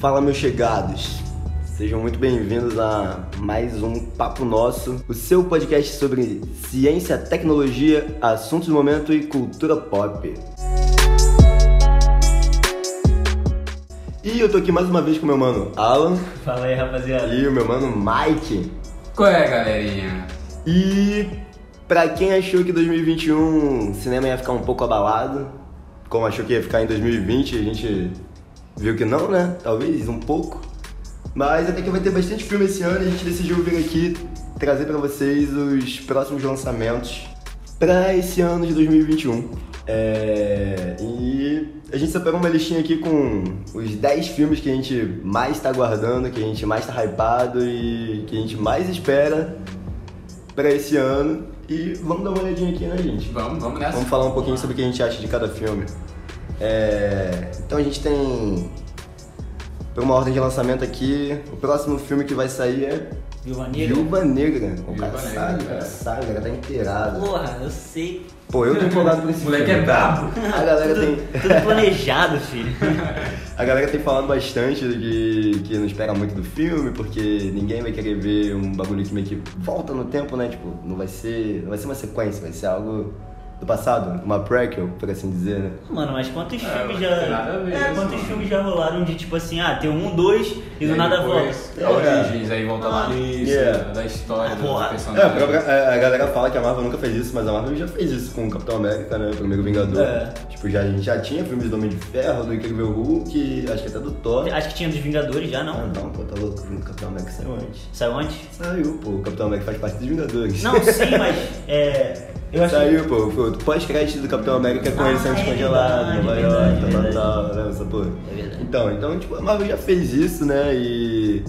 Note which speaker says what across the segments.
Speaker 1: Fala, meus chegados. Sejam muito bem-vindos a mais um Papo Nosso, o seu podcast sobre ciência, tecnologia, assuntos do momento e cultura pop. E eu tô aqui mais uma vez com meu mano Alan
Speaker 2: Fala aí, rapaziada.
Speaker 1: e o meu mano Mike.
Speaker 3: Qual é, galerinha?
Speaker 1: E pra quem achou que 2021 o cinema ia ficar um pouco abalado, como achou que ia ficar em 2020, a gente viu que não, né? Talvez um pouco. Mas até que vai ter bastante filme esse ano e a gente decidiu vir aqui trazer pra vocês os próximos lançamentos pra esse ano de 2021. É, e a gente separou uma listinha aqui com os 10 filmes que a gente mais tá aguardando, que a gente mais tá hypado e que a gente mais espera para esse ano e vamos dar uma olhadinha aqui, né, gente?
Speaker 3: Vamos, vamos nessa.
Speaker 1: Vamos falar um pouquinho sobre o que a gente acha de cada filme. É, Então a gente tem, por uma ordem de lançamento aqui, o próximo filme que vai sair é
Speaker 2: Viúva Negra?
Speaker 1: Viúva Negra. O cara
Speaker 3: Viúva
Speaker 1: sabe,
Speaker 3: Negra,
Speaker 1: o cara
Speaker 3: é.
Speaker 1: sabe, o cara tá inteirado.
Speaker 2: Porra, eu sei.
Speaker 1: Pô, eu tô empolgado por esse
Speaker 3: O moleque é
Speaker 1: filme.
Speaker 3: brabo.
Speaker 1: A galera
Speaker 2: Tudo,
Speaker 1: tem...
Speaker 2: tudo planejado, filho.
Speaker 1: A galera tem falado bastante de que, que não espera muito do filme, porque ninguém vai querer ver um bagulho que meio que volta no tempo, né? Tipo, não vai ser. Não vai ser uma sequência, vai ser algo do passado, uma prequel, por assim dizer, né?
Speaker 2: Mano, mas quantos
Speaker 3: É,
Speaker 2: filmes
Speaker 3: mas
Speaker 2: já.
Speaker 3: tem nada a ver
Speaker 2: é,
Speaker 3: isso,
Speaker 2: quantos
Speaker 3: mano.
Speaker 2: filmes já rolaram de tipo assim, ah, tem um, dois e do
Speaker 3: aí
Speaker 2: nada
Speaker 3: depois, é,
Speaker 2: volta.
Speaker 1: volta.
Speaker 3: A Origens, aí volta lá
Speaker 2: Ah,
Speaker 3: nisso,
Speaker 1: yeah.
Speaker 3: da história
Speaker 2: Ah,
Speaker 3: do
Speaker 2: porra.
Speaker 1: É, a,
Speaker 3: personagem.
Speaker 1: própria- a- a galera fala que a Marvel nunca fez isso, mas a Marvel já fez isso com o Capitão América, né? O primeiro Vingador.
Speaker 2: É.
Speaker 1: Tipo, já, a gente já tinha filmes do Homem de Ferro, do Incrível Hulk, acho que até do Thor.
Speaker 2: Acho que tinha dos Vingadores já,
Speaker 1: Ah,
Speaker 2: não?
Speaker 1: não, pô, tá louco, o Capitão América saiu antes.
Speaker 2: Saiu antes?
Speaker 1: Saiu, pô, o Capitão América faz parte dos Vingadores.
Speaker 2: Não, sim, mas. É. Eu acho
Speaker 1: Saiu, pô, o pós-crédito do Capitão América com
Speaker 2: Ah,
Speaker 1: ele sendo
Speaker 2: é
Speaker 1: descongelado,
Speaker 2: verdade, é
Speaker 1: Nova
Speaker 2: verdade,
Speaker 1: York, tal,
Speaker 2: verdade.
Speaker 1: tal, tal, né, essa porra.
Speaker 2: É verdade.
Speaker 1: Então, então, tipo, a Marvel já fez isso, né, e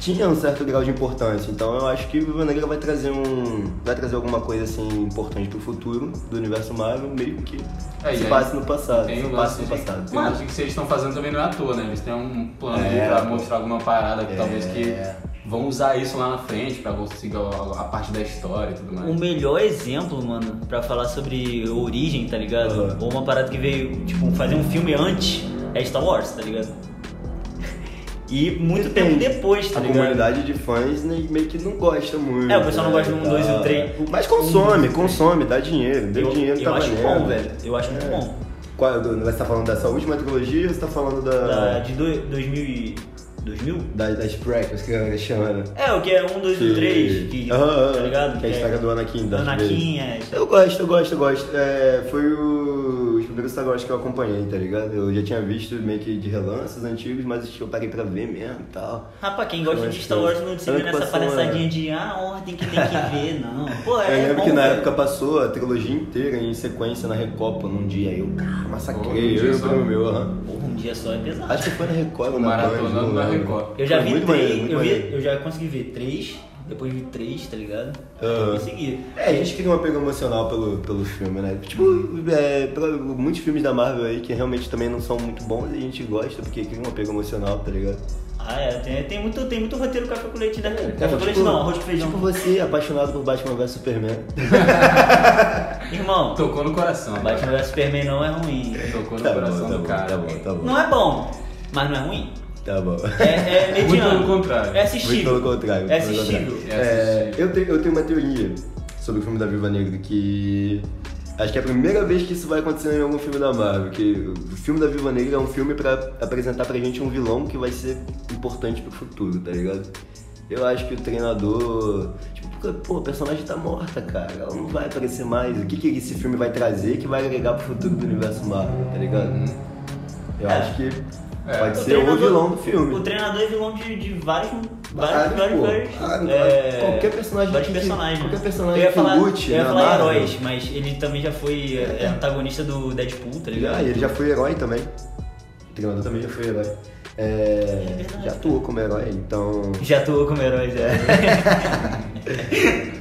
Speaker 1: tinha um certo grau de importância, então eu acho que Viva Negra vai trazer um... vai trazer alguma coisa, assim, importante pro futuro do universo Marvel, meio que
Speaker 3: É, e
Speaker 1: se
Speaker 3: aí
Speaker 1: passa no passado,
Speaker 3: Tem
Speaker 2: um
Speaker 1: se
Speaker 3: o
Speaker 1: passa
Speaker 3: lance
Speaker 1: no
Speaker 3: de,
Speaker 1: passado.
Speaker 3: tem o lance de que vocês estão fazendo também não é à toa, né? Eles têm um plano
Speaker 1: É.
Speaker 3: pra mostrar alguma parada que
Speaker 1: É.
Speaker 3: talvez que vão usar isso lá na frente pra conseguir a, a parte da história e tudo mais.
Speaker 2: O
Speaker 1: Um
Speaker 2: melhor exemplo, mano, pra falar sobre origem, tá ligado?
Speaker 1: Aham.
Speaker 2: Ou uma parada que veio, tipo, fazer um filme antes é Star Wars, tá ligado? E muito tempo depois, tá
Speaker 1: a
Speaker 2: ligado?
Speaker 1: comunidade de fãs né, meio que não gosta muito.
Speaker 2: É, o pessoal não
Speaker 1: né,
Speaker 2: gosta do um, dois e o
Speaker 1: tal.
Speaker 2: três.
Speaker 1: Mas consome, consome, dá dinheiro, deu
Speaker 2: Eu-
Speaker 1: dinheiro,
Speaker 2: eu
Speaker 1: tá
Speaker 2: acho
Speaker 1: valendo.
Speaker 2: bom, velho. Eu acho muito bom.
Speaker 1: Qual, do- você tá falando dessa última trilogia ou você tá falando
Speaker 2: Da,
Speaker 1: da.
Speaker 2: de do, 2000 e... 2000?
Speaker 1: da das prequels que a galera chama, né?
Speaker 2: É, o que é um, dois e o três, que,
Speaker 1: Aham, aham,
Speaker 2: tá ligado?
Speaker 1: Que é a história do Anakin,
Speaker 2: do
Speaker 1: da
Speaker 2: Anakin, é...
Speaker 1: Eu gosto, eu gosto, eu gosto. É, foi o... os primeiros Star Wars que eu acompanhei, tá ligado? Eu já tinha visto meio que de relances antigos, mas eu parei pra ver mesmo e tal.
Speaker 2: Rapaz, quem gosta
Speaker 1: Eu
Speaker 2: de
Speaker 1: acho
Speaker 2: Star
Speaker 1: que-
Speaker 2: Wars não
Speaker 1: eu
Speaker 2: se vê
Speaker 1: lembro que
Speaker 2: nessa
Speaker 1: passou uma-
Speaker 2: palhaçadinha de ah, ordem que tem que ver, não. Pô, é
Speaker 1: eu lembro
Speaker 2: bom,
Speaker 1: que na
Speaker 3: né?
Speaker 2: velho.
Speaker 1: época passou a trilogia inteira em sequência na Recopa num dia. aí Eu cara,
Speaker 3: Num
Speaker 1: massacrei,
Speaker 3: dia
Speaker 1: eu e o
Speaker 3: só.
Speaker 1: primo meu. aham.
Speaker 2: Porra, um dia só é pesado.
Speaker 1: Acho que foi na Recopa,
Speaker 3: Tipo,
Speaker 1: na Band,
Speaker 3: maratonando
Speaker 1: não
Speaker 3: na
Speaker 1: lembro.
Speaker 3: Record.
Speaker 2: Eu já
Speaker 1: Foi
Speaker 2: vi
Speaker 1: muito
Speaker 2: três,
Speaker 1: maneiro, muito
Speaker 2: eu, vi-
Speaker 1: maneiro.
Speaker 2: eu já consegui ver três, depois vi três, tá ligado?
Speaker 1: Aham.
Speaker 2: E segui.
Speaker 1: É, a gente cria um apego emocional pelo, pelo filme, né? Tipo, é, pra- muitos filmes da Marvel aí que realmente também não são muito bons e a gente gosta porque cria um apego emocional, tá ligado?
Speaker 2: Ah, é, tem, tem muito, tem muito roteiro café com leite, né? Café com
Speaker 1: Tipo-
Speaker 2: leite não, arroz com feijão.
Speaker 1: Tipo você, apaixonado por Batman vs Superman.
Speaker 2: Irmão,
Speaker 3: Tocou no coração.
Speaker 2: Batman vs Superman não é ruim.
Speaker 3: Tocou no
Speaker 1: Tá bom,
Speaker 3: coração
Speaker 1: tá
Speaker 3: do
Speaker 1: bom,
Speaker 3: cara.
Speaker 1: tá bom, tá bom.
Speaker 2: Não é bom, mas não é ruim.
Speaker 1: Tá bom.
Speaker 2: É, é
Speaker 3: Muito
Speaker 2: mediano.
Speaker 3: pelo contrário.
Speaker 2: É
Speaker 1: Muito
Speaker 2: assistível.
Speaker 1: pelo contrário.
Speaker 2: É
Speaker 1: muito pelo
Speaker 2: assistível.
Speaker 1: contrário.
Speaker 3: É
Speaker 1: É,
Speaker 3: assistível.
Speaker 1: eu, tenho, eu tenho uma teoria sobre o filme da Viva Negra que. Acho que é a primeira vez que isso vai acontecer em algum filme da Marvel. Que o filme da Viva Negra é um filme pra apresentar pra gente um vilão que vai ser importante pro futuro, tá ligado? Eu acho que o treinador. Tipo, pô, a personagem tá morta, cara. Ela não vai aparecer mais. O que, que esse filme vai trazer que vai agregar pro futuro do universo Marvel, tá ligado? Eu
Speaker 2: É.
Speaker 1: acho que
Speaker 3: É.
Speaker 1: pode
Speaker 3: O
Speaker 1: ser o vilão do filme.
Speaker 2: O treinador é vilão de, de vários.
Speaker 1: Ah,
Speaker 2: Vários, vários,
Speaker 1: pô,
Speaker 2: vários,
Speaker 1: ah,
Speaker 2: é,
Speaker 1: qualquer personagem
Speaker 2: vários
Speaker 1: que-
Speaker 2: personagens.
Speaker 1: qualquer personagem
Speaker 2: eu ia
Speaker 1: que
Speaker 2: falar,
Speaker 1: lute
Speaker 2: eu ia
Speaker 1: na
Speaker 2: falar
Speaker 1: Marvel.
Speaker 2: heróis, mas ele também já foi é,
Speaker 1: É.
Speaker 2: antagonista do Deadpool, tá ligado?
Speaker 1: Já, e ele já foi herói também. O treinador também já foi herói. É, já atuou como herói, então.
Speaker 2: Já atuou como herói, já.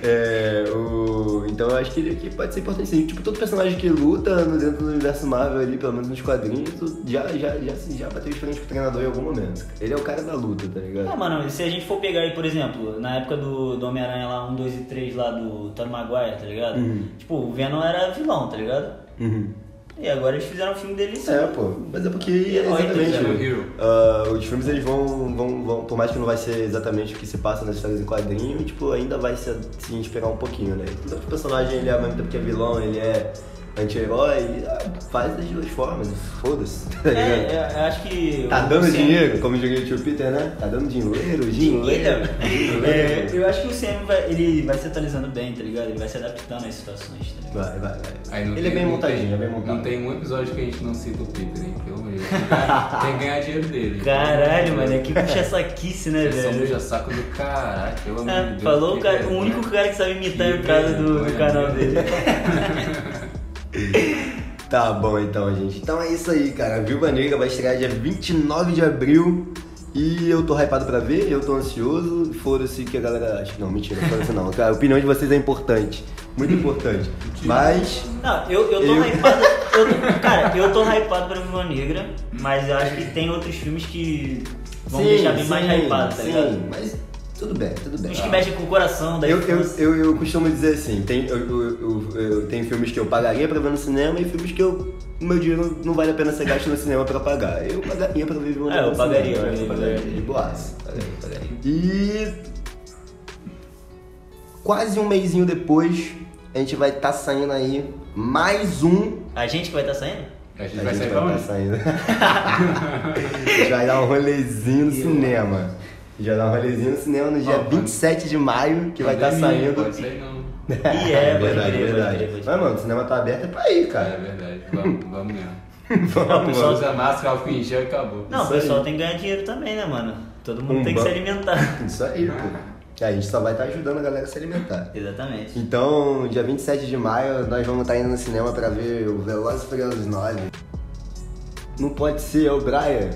Speaker 1: É, o, então eu acho que ele aqui pode ser importante sim. Tipo, todo personagem que luta no- dentro do universo Marvel ali, pelo menos nos quadrinhos, já, já, já, assim, já bateu de frente com o treinador em algum momento. Ele é o cara da luta, tá ligado?
Speaker 2: Ah, mano, se a gente for pegar aí, por exemplo, na época do, do Homem-Aranha lá, 1, 2 e 3 lá do Tony Maguire, tá ligado? Tipo, o Venom era vilão, tá ligado?
Speaker 1: Uhum.
Speaker 2: E agora eles fizeram o filme deles.
Speaker 1: É, pô. Mas é porque
Speaker 2: E herói,
Speaker 1: exatamente.
Speaker 3: né? Hero.
Speaker 1: ah, os filmes eles vão, vão, vão. Por mais que não vai ser exatamente o que se passa nas histórias em quadrinho, tipo, ainda vai se, se inspirar um pouquinho, né? Tanto que o personagem ele é ao mesmo tempo que é vilão, ele é anti-herói, e, ah, faz das duas formas, foda-se, tá
Speaker 2: É,
Speaker 1: ligado?
Speaker 2: é, eu acho que.
Speaker 1: Tá dando
Speaker 2: o Sam-
Speaker 1: dinheiro, como diria o tio Peter, né? Tá dando dinheiro, dinheiro.
Speaker 2: Dinheiro. tá- É, eu acho que o Sam vai, ele vai se atualizando bem, tá ligado? Ele vai se adaptando às situações, tá
Speaker 1: Vai,
Speaker 2: ligado?
Speaker 1: vai, vai.
Speaker 3: Aí não
Speaker 1: ele
Speaker 3: tem-
Speaker 1: é bem
Speaker 3: não
Speaker 1: montadinho,
Speaker 3: tem-
Speaker 1: é bem montado.
Speaker 3: Não tem um episódio que a gente não cita o Peter, hein? Pelo amor de Deus. Tem que ganhar- Tem que ganhar dinheiro dele.
Speaker 2: Caralho, mano, é que puxa essa quice, né,
Speaker 3: Vocês são
Speaker 2: velho?
Speaker 3: um saco do caralho, pelo amor de
Speaker 2: Ah,
Speaker 3: Deus.
Speaker 2: falou o,
Speaker 3: Peter,
Speaker 2: cara- o único cara que sabe imitar
Speaker 3: Que
Speaker 2: a entrada do, do
Speaker 3: vergonha, né?
Speaker 2: canal
Speaker 3: mano.
Speaker 2: dele.
Speaker 1: Tá bom então, gente. Então é isso aí, cara. A Viúva Negra vai estrear dia 29 de abril. E eu tô hypado pra ver, eu tô ansioso. Foda-se que a galera acha. Não, mentira, foda-se não. A opinião de vocês é importante. Muito importante. Mas.
Speaker 2: Não, eu, eu tô
Speaker 1: Eu-
Speaker 2: hypado. eu tô- cara, eu tô hypado pra Viva Negra, mas eu acho que tem outros filmes que vão
Speaker 1: sim,
Speaker 2: deixar bem mais
Speaker 1: sim,
Speaker 2: hypado, tá
Speaker 1: sim,
Speaker 2: ligado?
Speaker 1: Mas tudo bem, tudo bem.
Speaker 2: Filmes que mexem com o coração da
Speaker 1: Eu, eu,
Speaker 2: infância.
Speaker 1: eu, eu costumo dizer assim, tem, eu, eu, eu- eu- tem filmes que eu pagaria pra ver no cinema e filmes que eu. Meu dinheiro não vale a pena ser gasto no cinema pra pagar. Eu pagaria pra ver Viúva
Speaker 2: É, eu
Speaker 1: Negra no
Speaker 2: pagaria,
Speaker 1: cinema,
Speaker 2: eu
Speaker 1: né?
Speaker 2: pagaria.
Speaker 1: De boas. Pagaria, pagaria. E quase um mêsinho depois, a gente vai estar saindo aí mais um.
Speaker 2: A gente que vai estar saindo?
Speaker 3: A
Speaker 1: A
Speaker 3: gente vai
Speaker 1: gente
Speaker 3: sair pra
Speaker 1: vai estar
Speaker 3: onde?
Speaker 1: saindo. a gente vai dar um rolezinho no cinema. A gente vai dar um rolezinho no cinema no dia
Speaker 3: Ó,
Speaker 1: 27 de maio, que vai estar
Speaker 3: Pandemia,
Speaker 1: saindo.
Speaker 3: É Pode sair não.
Speaker 2: E é, pode
Speaker 1: verdade,
Speaker 2: crer, pode
Speaker 1: verdade.
Speaker 2: crer, pode crer.
Speaker 1: Mas, mano, o cinema tá aberto é pra ir,
Speaker 3: Cara, é
Speaker 1: cara.
Speaker 3: verdade. Vamos, vamos mesmo.
Speaker 2: Não, o pessoal-
Speaker 3: Usa máscara, álcool em gel e acabou.
Speaker 2: Não, o
Speaker 1: Isso aí.
Speaker 2: pessoal tem que ganhar dinheiro também, né, mano? Todo mundo
Speaker 1: Um
Speaker 2: tem que se
Speaker 1: ban-
Speaker 2: alimentar.
Speaker 1: Isso aí, pô. A gente só vai estar ajudando a galera a se alimentar.
Speaker 2: Exatamente.
Speaker 1: Então, dia 27 de maio, nós vamos estar indo no cinema pra ver o Velozes e Furiosos 9. Não pode ser, é o Brian.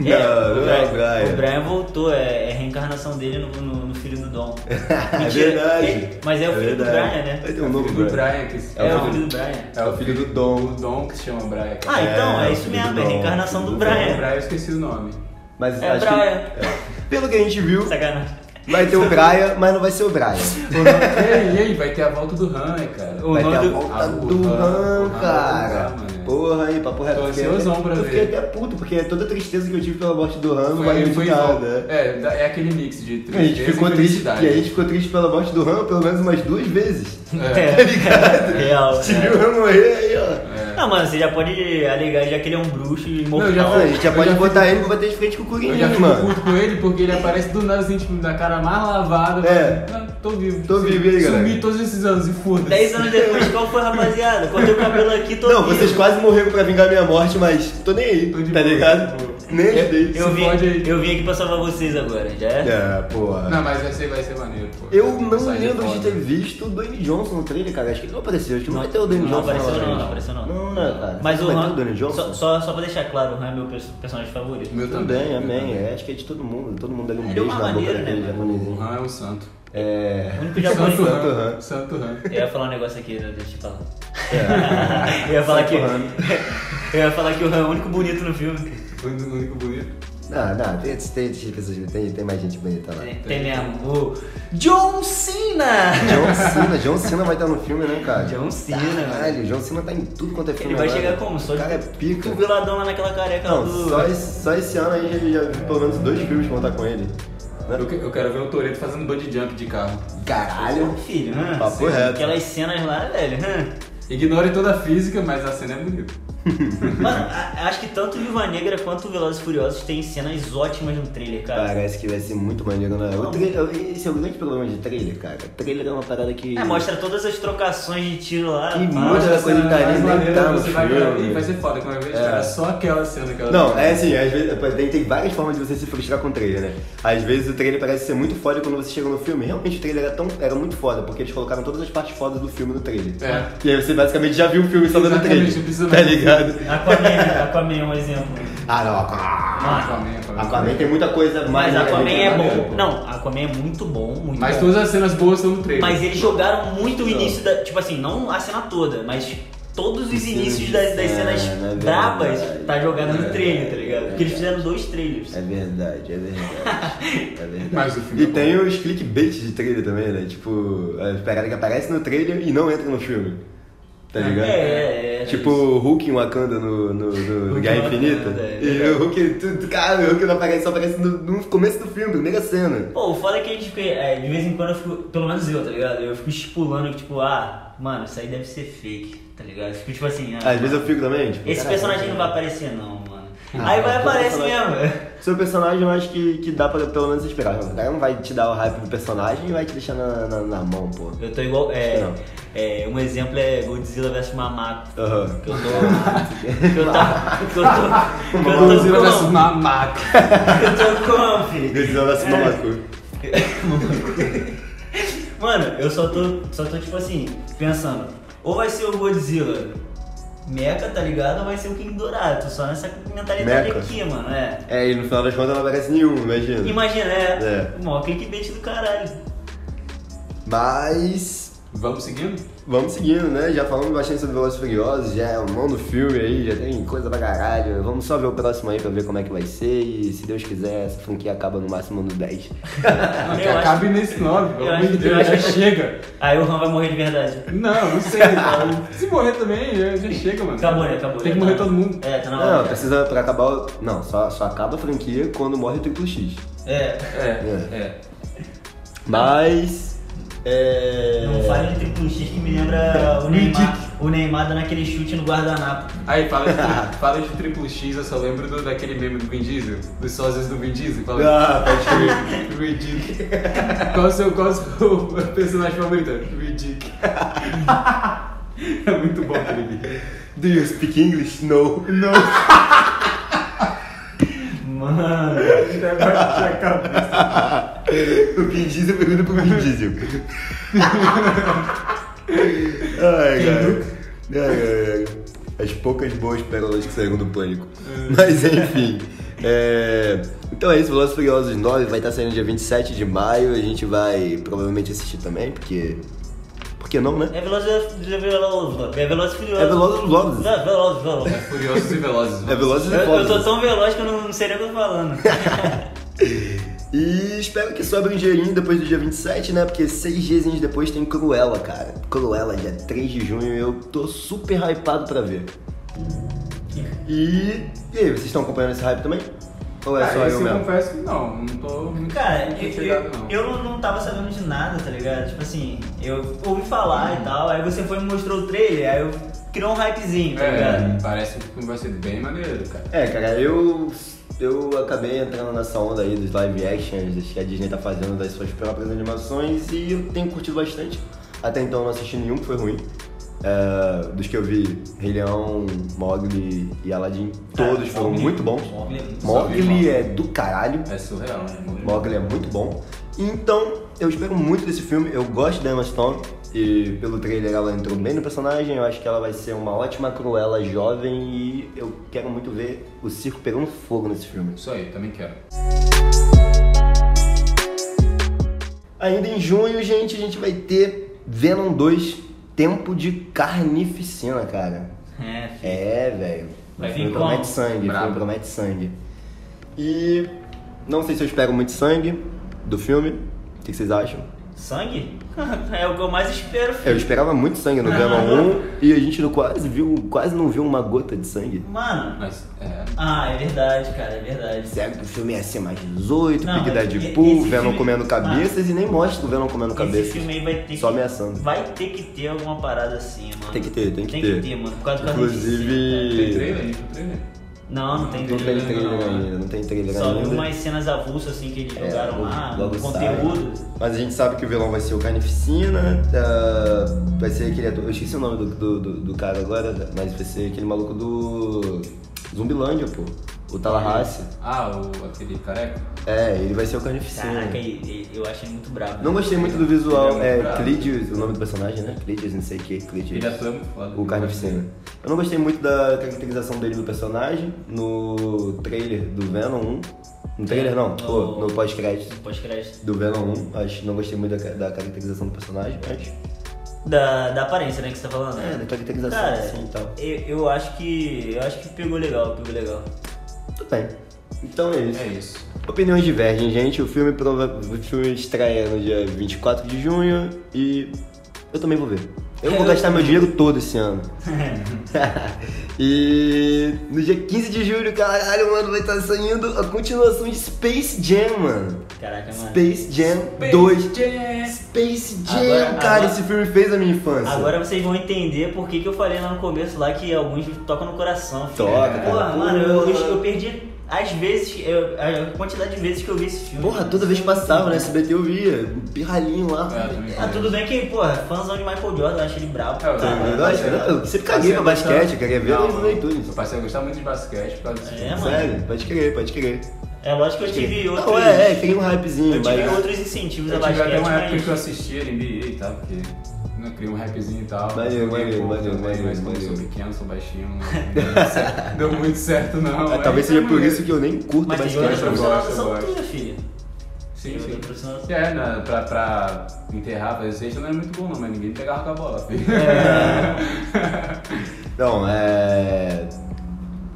Speaker 1: não, não é o Brian.
Speaker 2: o Brian voltou, é, é a reencarnação dele no, no- no filho do Dom.
Speaker 1: É
Speaker 2: Mentira,
Speaker 1: verdade.
Speaker 2: ele- mas é o filho do
Speaker 1: verdade.
Speaker 2: Brian, né?
Speaker 1: Vai ter
Speaker 3: É
Speaker 1: um
Speaker 3: o
Speaker 1: novo
Speaker 3: filho do
Speaker 1: Brian.
Speaker 3: Brian que se...
Speaker 2: É, o
Speaker 3: Não,
Speaker 2: filho do Brian.
Speaker 1: É o filho do Dom.
Speaker 3: o Dom que se chama Brian. cara.
Speaker 2: Ah, então,
Speaker 1: É,
Speaker 2: é,
Speaker 1: o
Speaker 2: isso
Speaker 1: filho do
Speaker 2: mesmo, é a
Speaker 1: Dom, É.
Speaker 2: reencarnação do
Speaker 1: filho do
Speaker 3: O
Speaker 2: Brian.
Speaker 3: Brian eu esqueci o nome.
Speaker 1: Mas
Speaker 2: É o
Speaker 1: acho que-
Speaker 2: Brian.
Speaker 1: é. Pelo que a gente viu,
Speaker 2: Sacanagem.
Speaker 1: vai ter o Brian, mas não vai ser o Brian.
Speaker 3: e aí, e aí, vai ter a volta do Han, né, cara.
Speaker 2: O
Speaker 1: Vai
Speaker 2: nome
Speaker 1: ter a
Speaker 2: do-
Speaker 1: volta
Speaker 3: Ah,
Speaker 1: do
Speaker 3: porra,
Speaker 1: Han,
Speaker 3: porra,
Speaker 1: cara.
Speaker 3: porra, mano.
Speaker 1: Porra aí, papo reto.
Speaker 3: Tô
Speaker 1: fiquei
Speaker 3: ansiosão
Speaker 1: até-
Speaker 3: pra
Speaker 1: eu
Speaker 3: ver.
Speaker 1: fiquei até puto, porque é toda a tristeza que eu tive pela morte do Han não
Speaker 3: Foi-
Speaker 1: vai me
Speaker 3: foi
Speaker 1: ficar,
Speaker 3: bom.
Speaker 1: né?
Speaker 3: É, da- é aquele mix de
Speaker 1: A gente
Speaker 3: tristeza
Speaker 1: ficou
Speaker 3: e
Speaker 1: triste, e
Speaker 3: felicidade.
Speaker 1: a gente ficou triste pela morte do Han pelo menos umas duas vezes.
Speaker 3: É.
Speaker 2: ligado? Real.
Speaker 1: Se
Speaker 2: né?
Speaker 1: viu o Han morrer aí, ó.
Speaker 3: É.
Speaker 2: Não, mano, você já pode alegar já que ele é um bruxo e
Speaker 3: Não, eu já
Speaker 1: Mano, a
Speaker 2: imortal.
Speaker 1: gente já
Speaker 3: Eu
Speaker 1: pode
Speaker 3: já
Speaker 1: botar ele pra bater de frente com o
Speaker 3: Eu já
Speaker 1: Coringa,
Speaker 3: fico
Speaker 1: mano.
Speaker 3: puto com ele porque ele aparece do nada assim, tipo, da cara mais lavada.
Speaker 1: É.
Speaker 3: mas, ah, tô vivo.
Speaker 1: Tô vivo, e aí, galera?
Speaker 3: Sumi todos esses anos e foda-se.
Speaker 2: Dez anos depois, qual foi, rapaziada? Cortei o cabelo aqui todo.
Speaker 1: Não, vocês quase morreram pra vingar minha morte, mas tô nem aí,
Speaker 3: Tô de
Speaker 1: tá
Speaker 3: boa,
Speaker 1: ligado?
Speaker 3: de boa.
Speaker 1: Nem ajudei.
Speaker 2: Eu
Speaker 3: Se
Speaker 2: vim,
Speaker 3: pode aí.
Speaker 2: eu vim aqui pra salvar vocês agora, já é?
Speaker 1: É, porra.
Speaker 3: Não, mas vai ser, vai ser maneiro, pô.
Speaker 1: Eu não
Speaker 3: Sai
Speaker 1: lembro
Speaker 3: foda.
Speaker 1: de ter visto o Dwayne Johnson no trailer, cara. Acho que ele não apareceu. Acho que não,
Speaker 2: Não,
Speaker 1: vai ter o Dwayne
Speaker 2: não
Speaker 1: Johnson.
Speaker 2: apareceu não,
Speaker 1: gente.
Speaker 2: não apareceu não.
Speaker 1: Não, né, cara? Será
Speaker 2: Mas o
Speaker 1: que vai ter
Speaker 2: Han,
Speaker 1: o Dwayne Johnson?
Speaker 2: só, só, só pra deixar claro, o Han é meu pers- personagem favorito.
Speaker 3: Meu
Speaker 1: Tudo
Speaker 3: também.
Speaker 1: bem,
Speaker 3: meu
Speaker 1: amém.
Speaker 3: também.
Speaker 1: É, acho que é de todo mundo. Todo mundo dá um
Speaker 2: Ele é
Speaker 1: beijo
Speaker 2: uma
Speaker 1: na boca
Speaker 2: maneira, né,
Speaker 1: daquele
Speaker 2: mano?
Speaker 3: O
Speaker 1: japonesinho.
Speaker 3: Han é um santo.
Speaker 1: É.
Speaker 2: O único japonês.
Speaker 3: santo
Speaker 1: Santo
Speaker 3: Han.
Speaker 1: Han.
Speaker 3: Santo Han.
Speaker 2: Eu ia falar um negócio aqui, né, deixa eu te falar.
Speaker 1: É.
Speaker 2: eu ia falar que.
Speaker 1: Santo Han.
Speaker 2: eu ia falar que o Han é o único bonito no filme.
Speaker 3: O único- o único bonito.
Speaker 1: Não, não, tem, tem, tem pessoas- tem, tem mais gente bonita lá.
Speaker 2: Tem, tem mesmo. O John Cena!
Speaker 1: John Cena, John Cena vai estar no filme, né, cara?
Speaker 2: John Cena,
Speaker 1: Caralho, John Cena tá em tudo quanto é filme.
Speaker 2: Ele vai
Speaker 1: agora.
Speaker 2: chegar como? Só
Speaker 1: O cara é
Speaker 2: de
Speaker 1: pica.
Speaker 2: cotoveladão lá naquela careca
Speaker 1: Não,
Speaker 2: do.
Speaker 1: só esse, só esse ano aí eu já vi pelo menos dois filmes que vão estar com ele. Né?
Speaker 3: Eu, que- eu quero ver o Toreto fazendo bungee jump de carro.
Speaker 1: Caralho.
Speaker 2: Filho, né?
Speaker 1: Papo reto.
Speaker 2: Aquelas cenas lá, velho. né?
Speaker 3: Ignore toda a física, mas a cena é bonita.
Speaker 2: Mano, a- acho que tanto Viva Negra quanto Velozes e Furiosos tem cenas ótimas no trailer, cara.
Speaker 1: Parece que vai ser muito maneiro, né?
Speaker 2: Tá
Speaker 1: O tra- Esse é o grande problema de trailer, cara. Trailer é uma parada que.
Speaker 2: É, mostra todas as trocações de tiro lá.
Speaker 1: Que
Speaker 2: pá.
Speaker 1: Mas a coisa
Speaker 3: cena
Speaker 1: tá ali,
Speaker 3: mais
Speaker 1: nem
Speaker 3: maneira,
Speaker 1: tá no
Speaker 3: você vai
Speaker 1: filme.
Speaker 3: ver- Ih, vai ser foda quando eu vejo,
Speaker 1: É.
Speaker 3: cara. Só aquela cena que ela
Speaker 1: Não, é assim, às vezes, pô, tem, tem várias formas de você se frustrar com o trailer, né? Às vezes o trailer parece ser muito foda e quando você chega no filme. Realmente o trailer era, tão, era muito foda, porque eles colocaram todas as partes fodas do filme no trailer.
Speaker 3: É.
Speaker 1: E aí você basicamente já viu o filme só vendo o
Speaker 3: Exatamente,
Speaker 1: trailer.
Speaker 3: não precisa
Speaker 1: Tá
Speaker 3: mais.
Speaker 1: ligado?
Speaker 2: Aquaman, Aquaman é um exemplo.
Speaker 1: Ah, não, Aquaman.
Speaker 2: Mano,
Speaker 3: Aquaman, Aquaman.
Speaker 1: Aquaman tem muita coisa mais.
Speaker 2: mas Aquaman é
Speaker 3: maneiro,
Speaker 2: bom.
Speaker 3: pô.
Speaker 2: Não, Aquaman é muito bom, muito
Speaker 3: Mas
Speaker 2: bom.
Speaker 3: todas as cenas boas estão no trailer.
Speaker 2: Mas eles jogaram muito o
Speaker 1: Não.
Speaker 2: início da. Tipo assim, não a cena toda, mas todos os
Speaker 1: Os
Speaker 2: inícios
Speaker 1: cenas
Speaker 2: das,
Speaker 1: de
Speaker 2: das
Speaker 1: cena,
Speaker 2: cenas
Speaker 1: né,
Speaker 2: brabas
Speaker 1: verdade.
Speaker 2: tá jogado no
Speaker 1: É,
Speaker 2: trailer, tá ligado?
Speaker 1: é
Speaker 2: Porque eles fizeram dois trailers.
Speaker 1: É verdade, é verdade. é verdade.
Speaker 3: Mas o filme
Speaker 1: E
Speaker 3: é bom.
Speaker 1: tem os clickbait de trailer também, né? Tipo, as paradas que aparecem no trailer e não entram no filme. Tá
Speaker 3: É,
Speaker 1: ligado?
Speaker 2: é, é, é
Speaker 1: Tipo, o Hulk em Wakanda no, no, no
Speaker 2: Hulk em
Speaker 1: Guerra
Speaker 2: Wakanda,
Speaker 1: Infinita.
Speaker 2: é
Speaker 1: e
Speaker 2: verdade.
Speaker 1: o Hulk, tu- tu- cara, o Hulk não aparece, só aparece no, no começo do filme, primeira cena.
Speaker 2: Pô, o foda é que a gente, fica- é, de vez em quando eu fico, pelo menos eu, tá ligado? Eu fico estipulando que, tipo, ah, mano, isso aí deve ser fake, tá ligado? Eu Fico tipo assim, ah,
Speaker 1: Às vezes eu
Speaker 2: mano,
Speaker 1: fico também, tipo.
Speaker 2: esse
Speaker 1: caraca.
Speaker 2: personagem não vai aparecer não, mano.
Speaker 1: Ah,
Speaker 2: aí vai
Speaker 1: pô,
Speaker 2: aparece
Speaker 1: personagem-
Speaker 2: mesmo.
Speaker 1: Seu personagem eu acho que, que dá pra pelo menos esperar. O cara não vai te dar o hype do personagem e vai te deixar na, na, na mão, pô.
Speaker 2: Eu tô igual. É,
Speaker 1: Não.
Speaker 2: é, um exemplo é Godzilla vs Mamaco.
Speaker 1: Aham.
Speaker 2: Que eu tô. Que eu tô. Que eu tô. Que eu tô.
Speaker 3: Godzilla
Speaker 2: com-
Speaker 3: versus Mamaco.
Speaker 2: que eu tô conf.
Speaker 1: Godzilla vai se tomar cu.
Speaker 2: Mano, eu só tô. Só tô tipo assim, pensando. Ou vai ser o Godzilla Mecha, tá ligado? Ou vai ser o King Dourado. Tô só nessa mentalidade
Speaker 1: Mecha.
Speaker 2: aqui, mano. É.
Speaker 1: É, e no final das contas não aparece nenhum, imagina.
Speaker 2: Imagina, é.
Speaker 1: É.
Speaker 2: O maior clickbait do caralho.
Speaker 1: Mas
Speaker 3: Vamos seguindo?
Speaker 1: vamos seguindo, né? Já falamos bastante sobre Velozes e Furiosos, já é o mão do filme aí, já tem coisa pra caralho. Vamos só ver o próximo aí pra ver como é que vai ser e se Deus quiser, essa franquia acaba no máximo no 10.
Speaker 3: Não, Ah, que
Speaker 2: Eu acho-
Speaker 3: acabe nesse 9,
Speaker 2: eu
Speaker 3: pelo amor
Speaker 2: acho-
Speaker 3: de
Speaker 2: eu
Speaker 3: Deus,
Speaker 2: acho
Speaker 3: já
Speaker 2: que-
Speaker 3: chega.
Speaker 2: Aí o Han vai morrer de verdade.
Speaker 3: Não, não sei, cara. Se morrer também, já, já chega, mano.
Speaker 2: Acabou, né? Acabou.
Speaker 3: Tem que
Speaker 2: já
Speaker 3: morrer
Speaker 2: tá-
Speaker 3: todo mundo.
Speaker 2: É, tá na hora.
Speaker 1: Não,
Speaker 2: já.
Speaker 1: precisa pra acabar. o- Não, só, só acaba a franquia quando morre o Triplo X.
Speaker 2: É.
Speaker 3: É, é.
Speaker 1: Mas. É.
Speaker 2: Não fale de triplo X que me lembra o Neymar, o Neymar dando aquele chute no guardanapo.
Speaker 3: Aí, fala de, tri- fala de triplo X, eu só lembro do- daquele meme do Vin Diesel, dos sósias do Vin Diesel. Fala
Speaker 1: Ah, pode crer.
Speaker 3: do Vin Diesel. Qual o seu, qual o seu personagem favorito? Vin Diesel. É muito bom aquele vídeo.
Speaker 1: Do you speak English? No. No.
Speaker 2: Mano,
Speaker 1: O Vin Diesel pergunta pro Vin Diesel. ai, cara. Ai, ai, ai. As poucas boas pérolas que saíram do pânico. Mas enfim. é, Então é isso, Velozes e Furiosos 9 vai estar saindo dia 27 de maio. A gente vai provavelmente assistir também, porque. Por que não, né?
Speaker 2: é veloz, é veloz, é veloz e furioso.
Speaker 1: É Velozes e Furiosos.
Speaker 2: É veloz, veloz.
Speaker 3: Furiosos e Velozes.
Speaker 1: É Velozes
Speaker 2: Eu,
Speaker 1: e
Speaker 2: eu tô
Speaker 1: Furiosos.
Speaker 2: tão veloz que eu não, não sei nem o que eu tô falando.
Speaker 1: E espero que sobre um dinheirinho depois do dia 27, né? Porque seis dias depois tem Cruella, cara. Cruella, dia 3 de junho. Eu tô super hypado pra ver. E, e aí, vocês estão acompanhando esse hype também? Ou é
Speaker 3: Cara,
Speaker 1: só
Speaker 3: Ah, esse
Speaker 1: eu mesmo?
Speaker 3: confesso que não, não tô muito
Speaker 2: Cara,
Speaker 3: muito
Speaker 2: eu,
Speaker 3: chegado, não.
Speaker 2: eu, eu não, não tava sabendo de nada, tá ligado? Tipo assim, eu ouvi falar e tal, aí você foi e me mostrou o trailer, aí eu criou um hypezinho,
Speaker 1: Então,
Speaker 2: tá ligado?
Speaker 3: É, parece que vai ser bem maneiro, cara.
Speaker 1: É, cara, eu, eu acabei entrando nessa onda aí dos live actions que a Disney tá fazendo das suas próprias animações e eu tenho curtido bastante. Até então eu não assisti nenhum que foi ruim. É, dos que eu vi, Rei Leão, Mogli e Aladdin, todos
Speaker 2: Ah,
Speaker 1: foram
Speaker 2: Mowgli-
Speaker 1: muito bons.
Speaker 2: Mowgli é muito
Speaker 3: Mowgli.
Speaker 1: Mogli é do caralho.
Speaker 3: É surreal, né?
Speaker 1: Mogli é muito bom. Então, eu espero muito desse filme. Eu gosto da Emma Stone. E pelo trailer ela entrou bem no personagem. Eu acho que ela vai ser uma ótima cruela jovem. E eu quero muito ver o circo pegando fogo nesse filme.
Speaker 3: Isso aí, também quero.
Speaker 1: Ainda em junho, gente, a gente vai ter Venom 2 Tempo de Carnificina, cara.
Speaker 2: É, filho.
Speaker 1: É, velho.
Speaker 2: Vai
Speaker 1: O
Speaker 2: vir
Speaker 1: filme
Speaker 2: como?
Speaker 1: promete sangue, o
Speaker 3: Brabo.
Speaker 1: filme promete sangue. E não sei se eu espero muito sangue do filme. O que que vocês acham?
Speaker 2: Sangue? É o que eu mais espero, filho.
Speaker 1: Eu esperava muito sangue no Venom 1 e a gente não quase, viu, quase não viu uma gota de sangue.
Speaker 2: Mano,
Speaker 3: Mas, é.
Speaker 2: Ah, é verdade, cara, é verdade.
Speaker 1: Sério que o filme ia ser mais 18,
Speaker 2: Não,
Speaker 1: Big
Speaker 2: mas e-
Speaker 1: Deadpool,
Speaker 2: esse
Speaker 1: Venom
Speaker 2: filme-
Speaker 1: comendo
Speaker 2: Ah.
Speaker 1: cabeças e nem mostra o Venom comendo
Speaker 2: Esse
Speaker 1: cabeças.
Speaker 2: filme aí vai ter
Speaker 1: Só
Speaker 2: que,
Speaker 1: ameaçando.
Speaker 2: Vai ter que ter alguma parada assim, mano.
Speaker 1: Tem que ter, tem que
Speaker 2: Tem
Speaker 1: ter.
Speaker 2: que ter, mano. Por causa do
Speaker 1: Inclusive-
Speaker 2: Carnificina,
Speaker 3: Tem trailer? Tem trailer?
Speaker 2: cara. Não, não tem
Speaker 1: Não tem
Speaker 2: trailer.
Speaker 1: trailer
Speaker 3: não,
Speaker 1: ainda, não tem trailer
Speaker 2: é né? Só vi
Speaker 1: ainda.
Speaker 2: umas cenas avulsas assim que eles
Speaker 1: É,
Speaker 2: jogaram
Speaker 1: logo-
Speaker 2: lá,
Speaker 1: logo
Speaker 2: conteúdo.
Speaker 1: sai. Mas a gente sabe que o vilão vai ser o Carnificina, ah, vai ser aquele ator, eu esqueci o nome do, do, do- do cara agora, mas vai ser aquele maluco do Zumbilândia, pô, o Tallahassee.
Speaker 3: Ah, o, aquele careca?
Speaker 1: É, ele vai ser o Carnificina.
Speaker 2: Caraca, e- e- eu achei muito brabo. né?
Speaker 1: Não gostei muito do visual,
Speaker 3: Ele é muito
Speaker 1: é
Speaker 3: bravo.
Speaker 1: Clídios, o nome do personagem, né? Clídios, não sei o que, Clídios.
Speaker 3: Ele atua muito foda. né?
Speaker 1: O Carnificina. Eu não gostei muito da caracterização dele do personagem no trailer do Venom 1. No trailer não, pô, no pós-crédito um,
Speaker 2: Pós-crédito.
Speaker 1: do Venom 1. Acho, não gostei muito da, ca- da caracterização do personagem, mas
Speaker 2: Da, da aparência, né, que você tá falando.
Speaker 1: É, da caracterização,
Speaker 2: Cara,
Speaker 1: assim, e tal.
Speaker 2: Eu, eu acho que. Eu acho que pegou legal, pegou legal.
Speaker 1: Tudo bem. Então é isso.
Speaker 3: É isso.
Speaker 1: Opiniões divergem, gente. O filme, prova... o filme estreia no dia 24 de junho e eu também vou ver. Eu vou
Speaker 2: Eu
Speaker 1: gastar meu
Speaker 2: também.
Speaker 1: dinheiro todo esse ano. e no dia 15 de julho, caralho, mano, vai estar saindo a continuação de Space Jam, mano.
Speaker 2: Caraca, mano.
Speaker 1: Space Jam 2.
Speaker 3: Jam.
Speaker 1: Space Jam,
Speaker 2: Agora-
Speaker 1: cara,
Speaker 2: agora-
Speaker 1: esse filme fez a minha infância.
Speaker 2: Agora vocês vão entender por que, que eu falei lá no começo lá que alguns tocam no coração. filho.
Speaker 1: Toca,
Speaker 2: Porra,
Speaker 1: cara.
Speaker 2: mano, eu, eu,
Speaker 1: Porra.
Speaker 2: eu perdi as vezes, eu- a quantidade de vezes que eu vi esse filme.
Speaker 1: Porra, toda vez que passava né? na SBT eu via, um pirralhinho lá.
Speaker 3: É, também.
Speaker 1: tá
Speaker 2: Ah, tudo bem que, porra, fãzão de Michael Jordan, eu acho ele brabo.
Speaker 3: É, eu
Speaker 2: cara.
Speaker 3: também.
Speaker 1: Eu acho que não, eu sempre caguei pra basquete, eu queria ver
Speaker 3: Não,
Speaker 1: os
Speaker 3: mano.
Speaker 1: leituras.
Speaker 3: Eu passei a gostar muito de basquete por causa disso.
Speaker 2: É, mano.
Speaker 1: Sério, pode crer, pode crer.
Speaker 2: É lógico que eu tive
Speaker 1: Não,
Speaker 2: outros.
Speaker 1: é, é, tem um hypezinho,
Speaker 2: eu tive
Speaker 1: mas-
Speaker 2: outros incentivos
Speaker 3: Eu
Speaker 2: a
Speaker 3: tive até
Speaker 2: basquete,
Speaker 1: né,
Speaker 3: uma época que eu
Speaker 2: mas.
Speaker 3: assistia NBA e tal, porque né, eu criei um rapzinho e tal.
Speaker 1: Maneiro,
Speaker 3: joguei
Speaker 1: maneiro,
Speaker 3: pouco
Speaker 1: maneiro,
Speaker 3: também,
Speaker 1: maneiro,
Speaker 3: Mas como eu sou
Speaker 1: maneiro.
Speaker 3: pequeno, sou baixinho, não deu certo- deu muito certo não.
Speaker 1: Ah,
Speaker 3: mas
Speaker 1: talvez
Speaker 3: foi
Speaker 1: seja por
Speaker 3: maneiro.
Speaker 1: isso que eu nem curto
Speaker 2: Mas tem
Speaker 1: basquete.
Speaker 2: jogadores
Speaker 3: eu gosto,
Speaker 2: profissionais
Speaker 3: eu
Speaker 2: são
Speaker 3: gosto.
Speaker 2: tudo, filho.
Speaker 3: Sim,
Speaker 2: Jogador profissional.
Speaker 3: sim. É, na, pra, pra enterrar, fazer sexta não era muito bom não, mas ninguém pegava com a bola, filho.
Speaker 2: É.
Speaker 1: Não, é.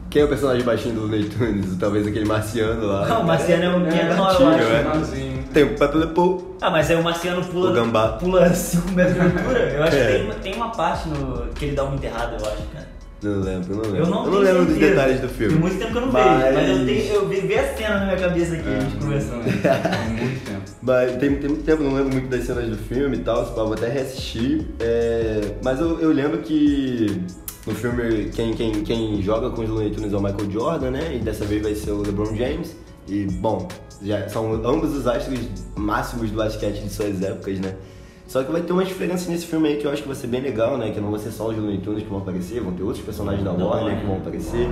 Speaker 1: Quem é o personagem baixinho do Looney Tunes? Talvez aquele marciano lá.
Speaker 2: Não, o Marciano é um pequeno
Speaker 1: gatinho,
Speaker 2: eu acho.
Speaker 1: é.
Speaker 3: Finalzinho.
Speaker 2: né?
Speaker 1: Tem o Pepe Le Pew.
Speaker 2: Ah, mas aí o Marciano pula.
Speaker 1: O gambá.
Speaker 2: Pula 5 metros de altura. Eu acho
Speaker 1: É.
Speaker 2: que tem uma, tem uma parte no, que ele dá uma enterrada, eu acho, cara.
Speaker 1: Não lembro, não lembro.
Speaker 2: Eu não, tenho
Speaker 1: lembro dos
Speaker 2: certeza.
Speaker 1: detalhes do filme.
Speaker 2: Tem muito tempo que eu não vejo, mas eu, tenho, eu vi vi a cena na minha cabeça aqui, a
Speaker 1: É.
Speaker 2: gente conversando.
Speaker 3: Há muito tempo.
Speaker 1: Mas tem, tem muito tempo, não lembro muito das cenas do filme e tal, se pá, vou até reassistir. É, mas eu, eu lembro que no filme quem, quem, quem joga com os Looney Tunes é o Michael Jordan, né? E dessa vez vai ser o LeBron James. E, bom, já são ambos os astros máximos do basquete de suas épocas, né? Só que vai ter uma diferença nesse filme aí que eu acho que vai ser bem legal, né? Que não vai ser só os Looney Tunes que vão aparecer, vão ter outros personagens da
Speaker 2: Da
Speaker 1: Warner
Speaker 2: Warner.
Speaker 1: que vão aparecer.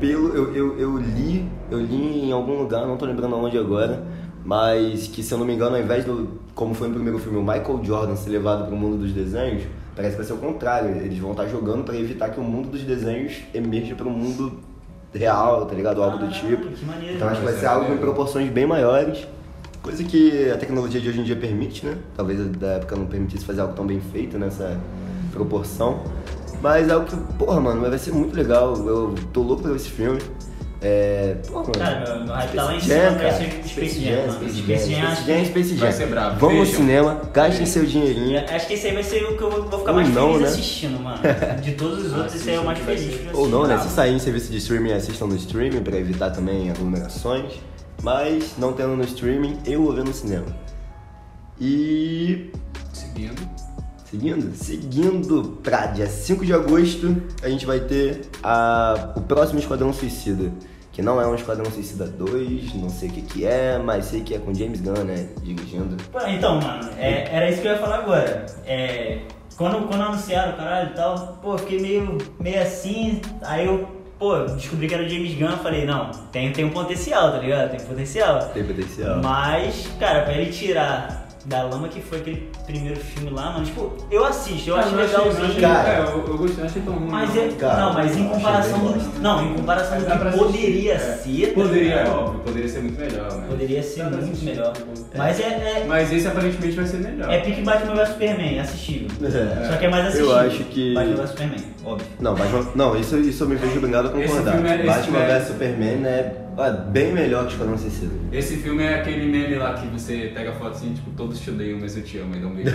Speaker 1: Pelo, eu, eu, eu li, eu li em algum lugar, não tô lembrando aonde agora, mas que se eu não me engano, ao invés do, como foi no primeiro filme, o Michael Jordan ser levado pro mundo dos desenhos, parece que vai ser o contrário. Eles vão estar jogando pra evitar que o mundo dos desenhos emerja pro mundo real, tá ligado? Algo do
Speaker 2: Caralho,
Speaker 1: tipo.
Speaker 2: Ah, Que maneiro.
Speaker 1: Então acho que vai
Speaker 3: Vai
Speaker 1: ser
Speaker 3: ser
Speaker 1: algo em
Speaker 3: maneiro.
Speaker 1: proporções bem maiores. Coisa que a tecnologia de hoje em dia permite, né? Talvez a da época não permitisse fazer algo tão bem feito nessa proporção. Mas é algo que, porra, mano, vai ser muito legal. Eu tô louco pra ver esse filme. É. Porra,
Speaker 2: Cara,
Speaker 1: mano.
Speaker 2: meu- meu hype tá lá em
Speaker 1: Space
Speaker 2: cima,
Speaker 1: Jam,
Speaker 2: cara.
Speaker 1: cara.
Speaker 2: Space Jam, mano.
Speaker 1: Space Jam,
Speaker 2: Space Jam, acho
Speaker 1: Space Jam,
Speaker 2: que-
Speaker 1: Space Jam.
Speaker 3: Vai ser brabo.
Speaker 1: Vamos ao
Speaker 3: Vejam.
Speaker 1: cinema, gastem seu dinheirinho.
Speaker 2: É, Acho que esse aí vai ser o que eu vou vou ficar
Speaker 1: Ou
Speaker 2: mais
Speaker 1: não,
Speaker 2: feliz
Speaker 1: né?
Speaker 2: assistindo, mano. De todos os outros, esse aí é o mais
Speaker 3: Assiste,
Speaker 2: feliz. que eu
Speaker 1: Ou não, né? Se
Speaker 2: assisti.
Speaker 1: sair em serviço de streaming, assistam no streaming pra evitar também aglomerações. Mas não tendo no streaming, eu vou ver no cinema. E
Speaker 3: Seguindo.
Speaker 1: seguindo, seguindo pra dia 5 de agosto, a gente vai ter a- o próximo Esquadrão Suicida. Que não é um Esquadrão Suicida 2, não sei o que que é, mas sei que é com James Gunn, né? Dirigindo.
Speaker 2: Pô, Então, mano, é, era isso que eu ia falar agora. É, quando, quando anunciaram, caralho e tal, pô, eu fiquei meio, meio assim, aí eu, pô, descobri que era o James Gunn, eu falei, não, tem, tem um potencial, tá ligado? Tem potencial.
Speaker 1: Tem potencial.
Speaker 2: Mas, cara, pra ele tirar da lama que foi aquele primeiro filme lá, mano, tipo, eu assisto, eu acho
Speaker 3: não achei- não
Speaker 2: legalzinho.
Speaker 3: achei-
Speaker 1: cara.
Speaker 3: É, eu, eu gostei, não achei tão ruim.
Speaker 2: Mas
Speaker 3: não.
Speaker 2: é,
Speaker 1: Cara,
Speaker 2: não, mas em
Speaker 1: eu achei
Speaker 2: comparação
Speaker 1: bem
Speaker 2: do,
Speaker 1: bosta.
Speaker 2: não, em comparação do
Speaker 3: Mas dá pra
Speaker 2: que
Speaker 3: assistir,
Speaker 2: poderia
Speaker 3: é.
Speaker 2: ser, tá
Speaker 3: Poderia, é
Speaker 2: ligado?
Speaker 3: óbvio, poderia ser muito melhor, né?
Speaker 2: poderia ser
Speaker 3: Dá pra
Speaker 2: muito
Speaker 3: assistir.
Speaker 2: melhor. Mas é, é,
Speaker 3: Mas esse aparentemente vai ser melhor.
Speaker 2: é pique Batman vs Superman, assistível.
Speaker 1: É.
Speaker 2: Só que é mais assistível.
Speaker 1: Eu acho que-
Speaker 2: Batman vs Superman, óbvio.
Speaker 1: Não, Batman, não isso, isso eu me vejo obrigado a
Speaker 3: Esse
Speaker 1: concordar.
Speaker 3: filme é- esse
Speaker 1: Batman
Speaker 3: filme é-
Speaker 1: vs Superman é ó, bem melhor que Esquadrão Suicida.
Speaker 3: Esse filme é aquele meme lá que você pega a foto assim, tipo, todos te odeiam, mas eu te amo, e dá um beijo.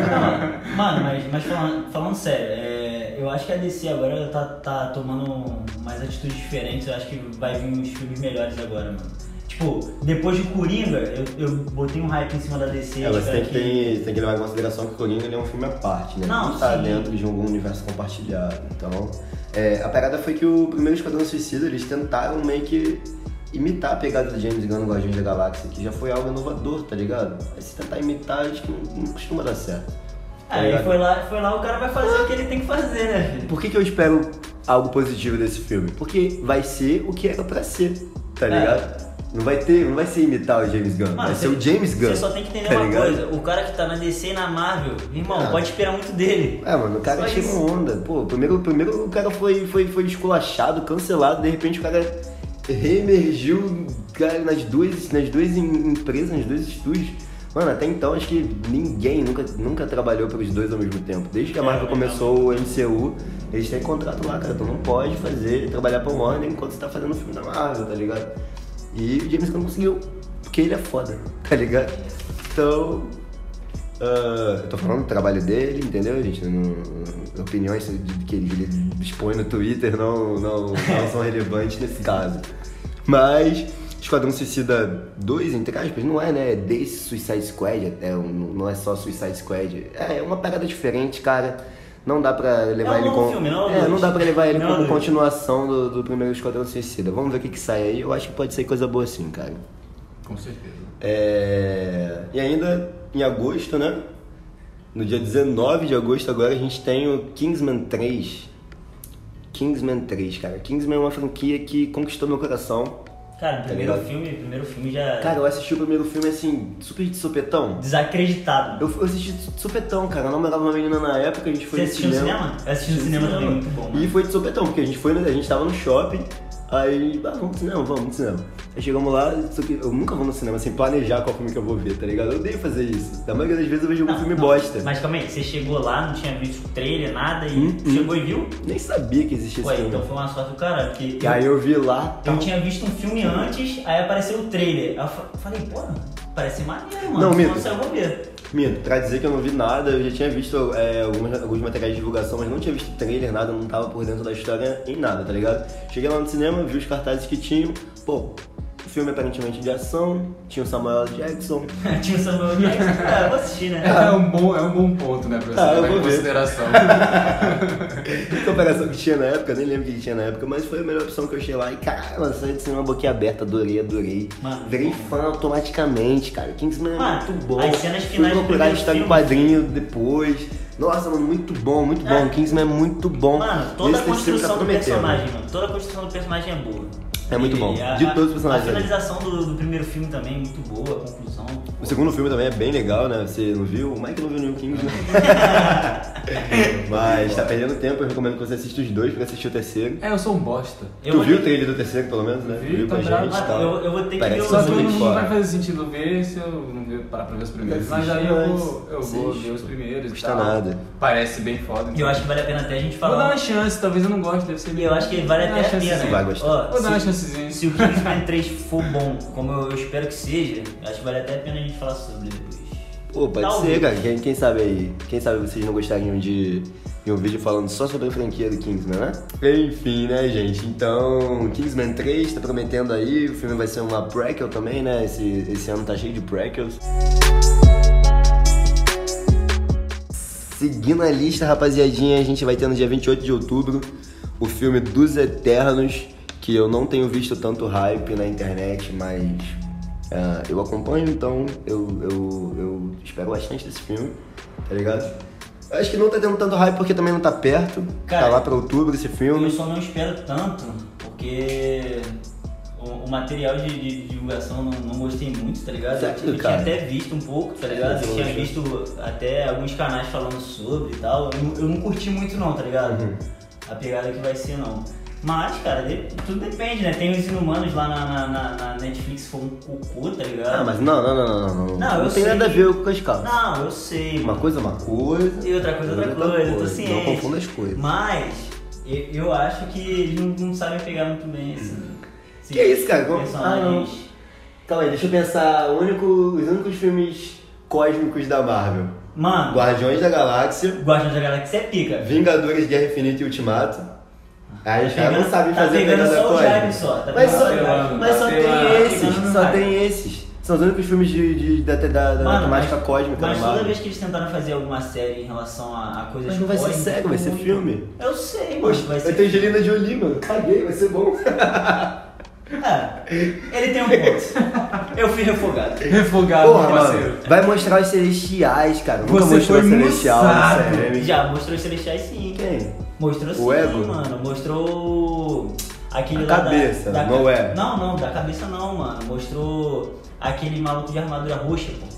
Speaker 2: Não, mano, mas, mas falando, falando sério, é, eu acho que a DC agora tá, tá tomando mais atitudes diferentes, eu acho que vai vir uns filmes melhores agora, mano. Tipo, depois de Coringa, eu, eu botei um hype em cima da DC.
Speaker 1: É, você
Speaker 2: espero
Speaker 1: tem que, ter, tem que levar em consideração que o Coringa ele é um filme à parte, né?
Speaker 2: Não,
Speaker 1: Ele tá
Speaker 2: sim.
Speaker 1: dentro de algum universo compartilhado. Então, é, a parada foi que o primeiro Esquadrão Suicida, eles tentaram meio que imitar a pegada do James Gunn no Guardiões da Galáxia, que já foi algo inovador, tá ligado? Aí se tentar imitar, acho que não, não costuma dar certo. tá
Speaker 2: Aí
Speaker 1: ligado?
Speaker 2: é, foi lá, foi lá, o cara vai fazer o que ele tem que fazer, né, filho?
Speaker 1: Por que, que eu espero algo positivo desse filme? Porque vai ser o que era pra ser, tá
Speaker 2: É.
Speaker 1: ligado? Não vai ter, não vai ser imitar o James Gunn, vai ser o James Gunn.
Speaker 2: Você só tem que entender
Speaker 1: tá
Speaker 2: uma
Speaker 1: ligado?
Speaker 2: coisa: o cara que tá na DC e na Marvel, irmão,
Speaker 1: Ah.
Speaker 2: pode esperar muito dele.
Speaker 1: É, mano, o cara
Speaker 2: Só
Speaker 1: tira
Speaker 2: isso.
Speaker 1: uma onda. Pô, primeiro, primeiro o cara foi, foi, foi esculachado, cancelado, de repente o cara reemergiu cara, nas duas, nas duas em- empresas, nos dois estúdios. Mano, até então acho que ninguém nunca, nunca trabalhou pelos dois ao mesmo tempo. Desde que a
Speaker 2: É,
Speaker 1: Marvel
Speaker 2: é
Speaker 1: começou o MCU, eles têm contrato lá, cara. Tu não pode fazer, trabalhar pra Warner enquanto você tá fazendo o filme da Marvel, tá ligado? E o James Gunn conseguiu, porque ele é foda, tá ligado? Então. ah, eu tô falando do trabalho dele, entendeu, gente? Não- opiniões de- que ele, ele expõe no Twitter não, não, não são relevantes nesse caso. Mas Esquadrão Suicida 2, entre aspas, não é, né? É The Suicide Squad, até, um- não é só Suicide Squad. É, é uma parada diferente, cara. Não dá pra levar
Speaker 2: É um
Speaker 1: ele
Speaker 2: novo
Speaker 1: como.
Speaker 2: filme, não é um
Speaker 1: é, não
Speaker 2: dois.
Speaker 1: dá pra levar ele
Speaker 2: Não é um
Speaker 1: como
Speaker 2: dois.
Speaker 1: continuação do, do primeiro Esquadrão Suicida. Vamos ver o que, que sai aí. Eu acho que pode ser coisa boa sim, cara.
Speaker 3: Com certeza.
Speaker 1: É, E ainda em agosto, né? No dia 19 de agosto agora a gente tem o Kingsman 3. Kingsman 3, cara. Kingsman é uma franquia que conquistou meu coração.
Speaker 2: Cara, primeiro
Speaker 1: Tá ligado?
Speaker 2: filme, primeiro filme já.
Speaker 1: Cara, eu assisti o primeiro filme assim, super de supetão.
Speaker 2: desacreditado.
Speaker 1: Eu, eu assisti de supetão, cara. Eu namorava uma menina na época, a gente foi
Speaker 2: Você
Speaker 1: no
Speaker 2: assistiu no
Speaker 1: cinema.
Speaker 2: cinema? Eu assisti no
Speaker 1: Assisti
Speaker 2: cinema também, muito bom. né?
Speaker 1: E
Speaker 2: mano.
Speaker 1: foi de supetão, porque a gente foi, no- a gente tava no shopping, aí, ah, vamos pro cinema, vamos pro cinema. Aí chegamos lá, só que eu nunca vou no cinema sem planejar qual filme que eu vou ver, tá ligado? Eu odeio fazer isso. Da maioria das vezes eu vejo algum
Speaker 2: Não,
Speaker 1: filme
Speaker 2: não.
Speaker 1: bosta.
Speaker 2: Mas calma aí, você chegou lá, não tinha visto trailer, nada, e
Speaker 1: Hum, hum.
Speaker 2: chegou e viu?
Speaker 1: Nem sabia que existia
Speaker 2: Ué,
Speaker 1: esse filme.
Speaker 2: então foi uma sorte do caralho, porque
Speaker 1: E aí então? eu vi lá,
Speaker 2: eu
Speaker 1: tal.
Speaker 2: tinha visto um filme antes, aí apareceu o trailer. Aí eu fa- falei, pô, parece maneiro, mano. um
Speaker 1: Não, Mito.
Speaker 2: Nossa, eu vou ver.
Speaker 1: Minto, pra dizer que eu não vi nada, eu já tinha visto é, algumas- alguns materiais de divulgação, mas não tinha visto trailer, nada, não tava por dentro da história em nada, tá ligado? Cheguei lá no cinema, vi os cartazes que tinham, pô, o filme é aparentemente de ação, tinha o Samuel Jackson.
Speaker 2: tinha um o Samuel Jackson, ah, eu vou assistir, né?
Speaker 3: É um bom, é um bom ponto, né, pra você
Speaker 1: Ah, eu
Speaker 3: levar
Speaker 1: vou
Speaker 3: em
Speaker 1: ver.
Speaker 3: consideração.
Speaker 1: Que operação que tinha na época, nem lembro o que tinha na época, mas foi a melhor opção que eu achei lá. E caramba, saí de cinema boquinha aberta, adorei, adorei.
Speaker 2: Mano,
Speaker 1: Virei
Speaker 2: bom,
Speaker 1: fã automaticamente, cara. Kingsman é
Speaker 2: Mano,
Speaker 1: muito bom.
Speaker 2: as cenas finais do
Speaker 1: Fui procurar
Speaker 2: primeiro
Speaker 1: estar em
Speaker 2: filme.
Speaker 1: quadrinho depois. Nossa, mano, muito bom, muito bom.
Speaker 2: É.
Speaker 1: Kingsman é muito bom.
Speaker 2: Mano, toda a
Speaker 1: Esse terceiro tá
Speaker 2: construção do
Speaker 1: prometendo.
Speaker 2: personagem, mano. Toda a construção do personagem é boa.
Speaker 1: É muito bom.
Speaker 2: a-
Speaker 1: De todos os
Speaker 2: a-
Speaker 1: personagens.
Speaker 2: A finalização do, do primeiro filme também é muito boa, a conclusão.
Speaker 1: O segundo filme também é bem legal, né? Você não viu? O Mike não viu nenhum Kingsman. mas tá perdendo tempo, eu recomendo que você assista os dois pra assistir o terceiro.
Speaker 3: É, eu sou um bosta.
Speaker 1: tu
Speaker 2: vou
Speaker 1: viu
Speaker 2: ter-
Speaker 1: o trailer do terceiro, pelo menos, né?
Speaker 3: Vi,
Speaker 1: viu
Speaker 3: tá
Speaker 1: pra
Speaker 3: bravo.
Speaker 1: gente e
Speaker 2: Ah,
Speaker 1: tal.
Speaker 2: eu- eu vou ter que
Speaker 1: Parece
Speaker 2: ver
Speaker 3: Só
Speaker 2: os
Speaker 3: que
Speaker 1: muito
Speaker 3: não,
Speaker 2: dois.
Speaker 3: não
Speaker 1: fora.
Speaker 3: vai fazer sentido ver se eu não ver- parar pra ver os primeiros. Mas aí eu vou, eu vou ver os primeiros. e
Speaker 1: Custa
Speaker 3: tal.
Speaker 1: nada.
Speaker 3: Parece bem foda. então.
Speaker 2: E eu acho que vale a pena até a gente
Speaker 3: Vou dar uma
Speaker 2: falar.
Speaker 3: chance, talvez eu não goste, deve ser
Speaker 2: E
Speaker 3: bem
Speaker 2: eu
Speaker 3: bom.
Speaker 2: acho que vale
Speaker 3: Vou dar
Speaker 2: até
Speaker 3: uma
Speaker 2: a pena. né?
Speaker 3: chancezinha.
Speaker 1: Você vai gostar.
Speaker 2: Ó,
Speaker 3: Vou dar uma
Speaker 2: se-
Speaker 3: chancezinha.
Speaker 2: Se o Kingsman 3 for bom, como eu espero que seja, eu acho que vale até a pena a gente falar sobre depois.
Speaker 1: Pô, pode
Speaker 2: Talvez.
Speaker 1: ser, cara. Quem, quem sabe aí? Quem sabe vocês não gostariam de, de um vídeo falando só sobre a franquia do Kingsman, né? Enfim, né, gente? Então, Kingsman 3 tá prometendo aí. O filme vai ser uma prequel também, né? Esse, esse ano tá cheio de prequels. Seguindo a lista, rapaziadinha, a gente vai ter no dia 28 de outubro o filme Dos Eternos, que eu não tenho visto tanto hype na internet, mas ah, eu acompanho, então eu, eu, eu espero bastante desse filme, tá ligado? Eu Acho que não tá tendo tanto hype porque também não tá perto, tá
Speaker 2: Cara,
Speaker 1: lá pra outubro esse
Speaker 2: Eu
Speaker 1: filme.
Speaker 2: só não espero tanto, porque o, o material de, de divulgação não, não gostei muito, tá ligado?
Speaker 1: Certo,
Speaker 2: eu tinha
Speaker 1: cara.
Speaker 2: até visto um pouco, tá
Speaker 1: Certo,
Speaker 2: ligado? Eu tinha
Speaker 1: hoje.
Speaker 2: visto até alguns canais falando sobre e tal. Eu, não- eu não curti muito não, tá ligado?
Speaker 1: Uhum.
Speaker 2: A pegada que vai ser não. Mas, cara, de- tudo depende, né? Tem os inumanos lá na, na- na- na Netflix foi um cocô, tá ligado?
Speaker 1: Ah, mas não, não, não, não, não. Não,
Speaker 2: Não, eu
Speaker 1: tem
Speaker 2: sei.
Speaker 1: nada a ver com as calças.
Speaker 2: Não, eu sei.
Speaker 1: Uma coisa é uma coisa.
Speaker 2: E outra coisa, é outra coisa, eu tô ciente.
Speaker 1: Não confunda as coisas.
Speaker 2: Mas eu, eu acho que eles não, não sabem pegar muito bem assim. Sim,
Speaker 1: Que é isso, cara? Como- Ah,
Speaker 2: Personagens.
Speaker 1: Calma aí, deixa eu pensar. o único- os únicos filmes cósmicos da Marvel:
Speaker 2: Mano,
Speaker 1: Guardiões da Galáxia,
Speaker 2: Guardiões da Galáxia é pica.
Speaker 1: Vingadores Guerra Infinita e Ultimato. Aí os caras não
Speaker 2: pegando-
Speaker 1: sabem
Speaker 2: tá
Speaker 1: fazer
Speaker 2: pegando
Speaker 1: pegada
Speaker 2: só o
Speaker 1: cósmica.
Speaker 2: Jaime só, tá
Speaker 1: mas
Speaker 2: pegando
Speaker 1: só,
Speaker 2: o
Speaker 3: Jaime.
Speaker 1: mas só
Speaker 3: Tá
Speaker 1: tem
Speaker 3: pegando-
Speaker 1: esses,
Speaker 2: Ah, pegando
Speaker 1: só
Speaker 2: no
Speaker 1: tem esses. São os únicos filmes de, de- da, da, da
Speaker 2: Mano, mas-
Speaker 1: temática cósmica
Speaker 2: Mas
Speaker 1: da
Speaker 2: toda
Speaker 1: Marvel.
Speaker 2: vez que eles tentaram fazer alguma série em relação a, a coisas
Speaker 1: Mas não vai ser
Speaker 2: cósmicas,
Speaker 1: sério, vai ser
Speaker 2: muito-
Speaker 1: filme.
Speaker 2: Eu sei, mano.
Speaker 1: Poxa,
Speaker 2: vai
Speaker 1: vai
Speaker 2: ser
Speaker 1: ter Angelina Jolie, mano. Caguei, vai ser bom.
Speaker 2: É, ele tem um ponto. Eu fui refogado.
Speaker 1: É,
Speaker 2: Tá,
Speaker 3: Refogado,
Speaker 1: Porra,
Speaker 3: meu parceiro.
Speaker 1: mano, vai mostrar os celestiais, cara. Nunca
Speaker 3: Você
Speaker 1: mostrou
Speaker 3: foi
Speaker 1: celestial
Speaker 3: moçado.
Speaker 1: na série.
Speaker 2: Já mostrou os Celestiais sim.
Speaker 1: Quem?
Speaker 2: Mostrou sim,
Speaker 1: ego?
Speaker 2: mano. Mostrou aquele
Speaker 1: A
Speaker 2: lá da-
Speaker 1: cabeça,
Speaker 2: da,
Speaker 1: não é.
Speaker 2: Não, não, da cabeça não, mano. Mostrou aquele maluco de armadura roxa, pô.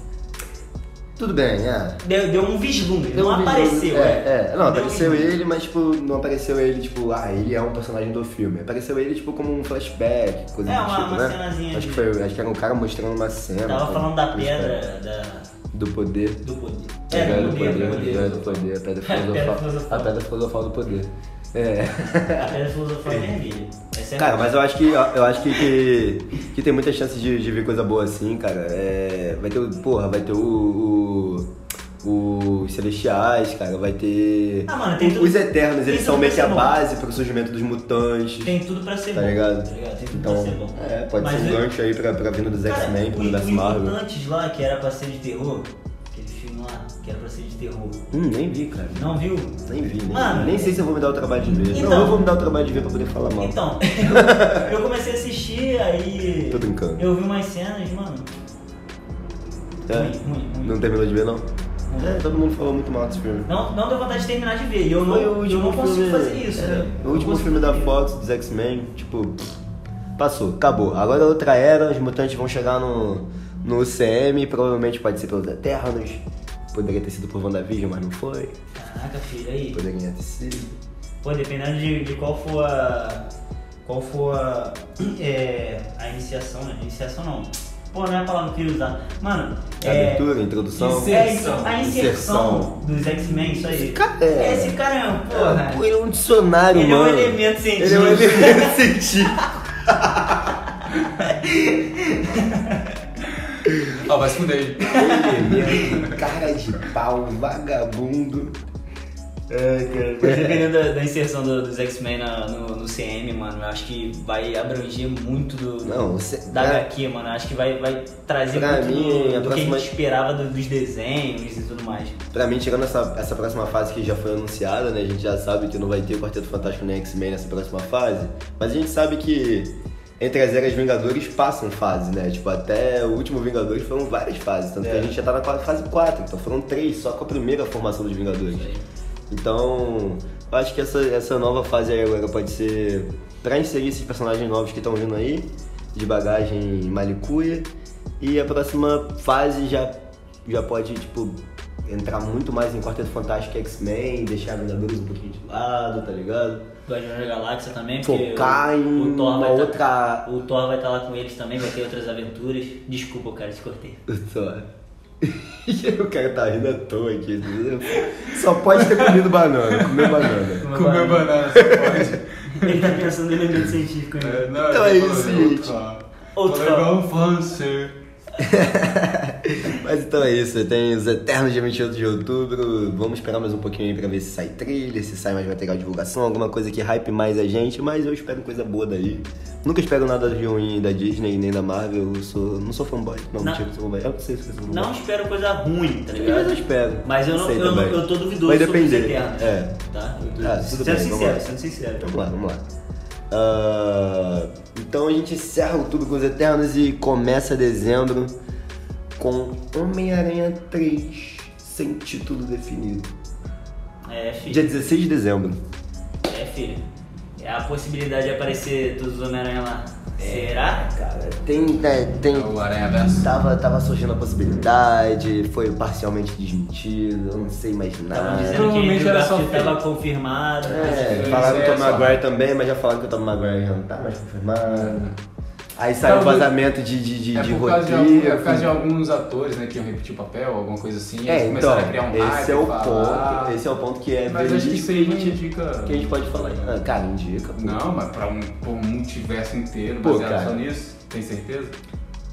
Speaker 1: Tudo bem, é.
Speaker 2: Deu, deu um vislumbre,
Speaker 1: Deu
Speaker 2: não
Speaker 1: um vislumbre.
Speaker 2: apareceu,
Speaker 1: é. é. Não,
Speaker 2: Deu um
Speaker 1: apareceu
Speaker 2: vislumbre.
Speaker 1: ele, mas tipo, não apareceu ele, tipo, ah, ele é um personagem do filme. Apareceu ele, tipo, como um flashback, coisa
Speaker 2: É,
Speaker 1: do
Speaker 2: uma-
Speaker 1: tipo,
Speaker 2: uma
Speaker 1: né?
Speaker 2: cenazinha
Speaker 1: Acho que,
Speaker 2: de-
Speaker 1: foi, acho que era um cara mostrando uma cena.
Speaker 2: Tava
Speaker 1: sabe?
Speaker 2: falando da
Speaker 1: Flashback.
Speaker 2: pedra, da,
Speaker 1: Do poder.
Speaker 2: do poder.
Speaker 1: É,
Speaker 2: É, do
Speaker 1: do
Speaker 2: poder, do
Speaker 1: poder, é
Speaker 2: poder.
Speaker 1: do poder, a pedra
Speaker 2: A pedra filosofal.
Speaker 1: filosofal. A pedra filosofal do poder. É.
Speaker 2: A pedra filosofal é vermelha. Essa é a
Speaker 1: Cara, mas eu acho que eu acho que, que, que tem muita chance de, de vir coisa boa assim, cara. É, vai ter o. Porra, vai ter o. o os Celestiais, cara, vai ter.
Speaker 2: Ah, mano, tem tudo-
Speaker 1: Os Eternos,
Speaker 2: tem
Speaker 1: eles são
Speaker 2: tudo
Speaker 1: meio que a
Speaker 2: pra ser bom.
Speaker 1: base pro surgimento dos mutantes.
Speaker 2: Tem tudo pra ser
Speaker 1: Tá
Speaker 2: bom.
Speaker 1: ligado?
Speaker 2: Tá ligado? Tem tudo
Speaker 1: Então,
Speaker 2: pra ser bom.
Speaker 1: é, pode
Speaker 2: Mas
Speaker 1: ser um
Speaker 2: eu-
Speaker 1: gancho aí pra, pra vinda dos
Speaker 2: Cara,
Speaker 1: X-Men, pro
Speaker 2: o-
Speaker 1: universo
Speaker 2: o
Speaker 1: Marvel.
Speaker 2: Mutantes lá, que era pra ser de terror, aquele filme lá, que era pra ser de terror.
Speaker 1: Hum, nem vi, cara.
Speaker 2: Não viu?
Speaker 1: Nem vi, nem,
Speaker 2: Mano,
Speaker 1: nem sei se eu vou me dar o trabalho de ver.
Speaker 2: Então-
Speaker 1: não, eu vou me dar o trabalho de ver pra poder falar mal.
Speaker 2: Então, eu comecei a assistir, aí.
Speaker 1: Tô brincando.
Speaker 2: Eu vi umas cenas, mano.
Speaker 1: É?
Speaker 2: Ruim, ruim, ruim.
Speaker 1: Não terminou de ver, não? É, todo mundo falou muito mal desse filme.
Speaker 2: Não, não deu vontade de terminar de ver. E eu não,
Speaker 1: Foi o
Speaker 2: eu
Speaker 1: último
Speaker 2: não consigo
Speaker 1: filme-
Speaker 2: fazer isso, né?
Speaker 1: é,
Speaker 2: velho.
Speaker 1: O último filme da Fox, dos X-Men, tipo. Passou, acabou. Agora é outra era, os mutantes vão chegar no, no UCM, provavelmente pode ser pelos Eternos. Poderia ter sido por WandaVision, mas não foi.
Speaker 2: Caraca, filho, aí.
Speaker 1: Poderia ter sido.
Speaker 2: Pô, dependendo de, de qual for a. Qual for a. é, a iniciação, né? Iniciação não. Pô, não é a palavra que eu queria usar. Mano, é.
Speaker 1: Abertura, introdução.
Speaker 3: Isso
Speaker 2: É,
Speaker 3: Inserção.
Speaker 2: a inserção dos X-Men, isso aí.
Speaker 1: Esse cara é-
Speaker 2: Esse cara é um porra.
Speaker 1: Pô, ele é um dicionário,
Speaker 2: Ele é um
Speaker 1: mano.
Speaker 2: elemento científico.
Speaker 1: Ele é um elemento científico.
Speaker 3: Ó, vai se fuder.
Speaker 1: elemento, cara de pau, vagabundo. É, cara.
Speaker 2: Mas dependendo da, da inserção do- dos X-Men na- no, no CM, mano, eu acho que vai abranger muito do.
Speaker 1: Não, você.
Speaker 2: Da
Speaker 1: cara,
Speaker 2: HQ, mano, eu acho que vai, vai trazer
Speaker 1: Pra
Speaker 2: muito
Speaker 1: mim,
Speaker 2: do,
Speaker 1: a
Speaker 2: do que a
Speaker 1: próxima-
Speaker 2: gente esperava do- dos desenhos e tudo mais.
Speaker 1: Pra mim, chegando nessa essa próxima fase que já foi anunciada, né? A gente já sabe que não vai ter o Quarteto Fantástico nem X-Men nessa próxima fase. Mas a gente sabe que entre as eras Vingadores passam fase, né? Tipo, até o último Vingadores foram várias fases. Tanto que
Speaker 3: É.
Speaker 1: a gente já tá na qua- fase 4, então foram três só com a primeira formação dos Vingadores. Então, eu acho que essa, essa nova fase aí agora pode ser pra inserir esses personagens novos que estão vindo aí, de bagagem malicuia. E a próxima fase já, já pode, tipo, entrar muito mais em Quarteto Fantástico e X-Men, deixar Vingadores um pouquinho de lado, tá ligado?
Speaker 2: Guardiões da Galáxia também, porque
Speaker 1: Focar
Speaker 2: o,
Speaker 1: em
Speaker 2: o Thor
Speaker 1: uma
Speaker 2: vai tá-
Speaker 1: outra.
Speaker 2: O Thor vai estar lá com eles também, vai ter outras aventuras. Desculpa, cara, te cortei.
Speaker 1: Só. o cara tá rindo à toa aqui. Só pode ter comido banana, comer banana.
Speaker 3: Comeu banana, você pode.
Speaker 2: Ele tá pensando em elemento científico ainda.
Speaker 3: É, não,
Speaker 1: Então é
Speaker 3: eu tô
Speaker 1: isso,
Speaker 3: falando,
Speaker 1: gente.
Speaker 3: cara.
Speaker 2: Outro
Speaker 3: Falei
Speaker 2: cara.
Speaker 3: igual um fancy.
Speaker 1: Mas então é isso, tem os Eternos dia 28 de outubro. Vamos esperar mais um pouquinho aí pra ver se sai trailer, se sai mais material de divulgação, alguma coisa que hype mais a gente, mas eu espero coisa boa daí. Nunca espero nada de ruim da Disney nem da Marvel, eu sou, não sou fanboy. Não,
Speaker 2: Não.
Speaker 1: mentira, eu sou fanboy. Eu não sei se eu sou fanboy.
Speaker 2: Não espero coisa ruim, tá
Speaker 1: Mas eu
Speaker 2: ligado?
Speaker 1: espero.
Speaker 2: Mas eu não,
Speaker 1: sei
Speaker 2: eu, não-
Speaker 1: também.
Speaker 2: eu tô duvidoso
Speaker 1: Vai
Speaker 2: sobre os
Speaker 1: depender.
Speaker 2: eternos.
Speaker 1: É.
Speaker 2: Tá? Eu tô-
Speaker 1: Ah, tudo
Speaker 2: sendo
Speaker 1: bem, vamos
Speaker 2: sincero,
Speaker 1: lá.
Speaker 2: sendo sincero.
Speaker 1: Vamos lá, vamos lá. Ah, então a gente encerra outubro com os Eternos e começa dezembro com Homem-Aranha 3, sem título definido.
Speaker 2: É, filho.
Speaker 1: Dia 16 de dezembro.
Speaker 2: É, filho. É a possibilidade de aparecer todos os Homem-Aranha lá. Será?
Speaker 1: Cara, tem. né, tem
Speaker 3: É O Aranha Verso.
Speaker 1: tava, tava surgindo a possibilidade, foi parcialmente desmentido, eu não sei mais
Speaker 2: Estavam
Speaker 1: nada.
Speaker 2: dizendo que
Speaker 3: Provavelmente
Speaker 2: Andrew
Speaker 3: era só
Speaker 2: Garfield
Speaker 3: fake.
Speaker 2: tava confirmado.
Speaker 1: Ah, É,
Speaker 3: Isso
Speaker 1: falaram que o Tom
Speaker 3: é só-
Speaker 1: Maguire também, mas já falaram que o Tom Maguire já não tá mais confirmado. Aí saiu o
Speaker 3: É. Talvez-
Speaker 1: vazamento de, de, de,
Speaker 3: É
Speaker 1: de
Speaker 3: por, causa de, algum- é por causa de
Speaker 1: roteiro.
Speaker 3: alguns atores, né, que iam repetir o papel, alguma coisa assim,
Speaker 1: É,
Speaker 3: eles começaram
Speaker 1: então,
Speaker 3: a criar um hype,
Speaker 1: esse é o
Speaker 3: falar.
Speaker 1: ponto. Esse é o ponto que é
Speaker 3: Mas acho que isso aí a
Speaker 1: verídico
Speaker 3: gente indica...
Speaker 1: que a gente pode falar. Ah, cara, indica. pô.
Speaker 3: Não, mas pra um, pra um multiverso inteiro,
Speaker 1: Pô,
Speaker 3: baseado
Speaker 1: cara.
Speaker 3: só nisso, tem certeza?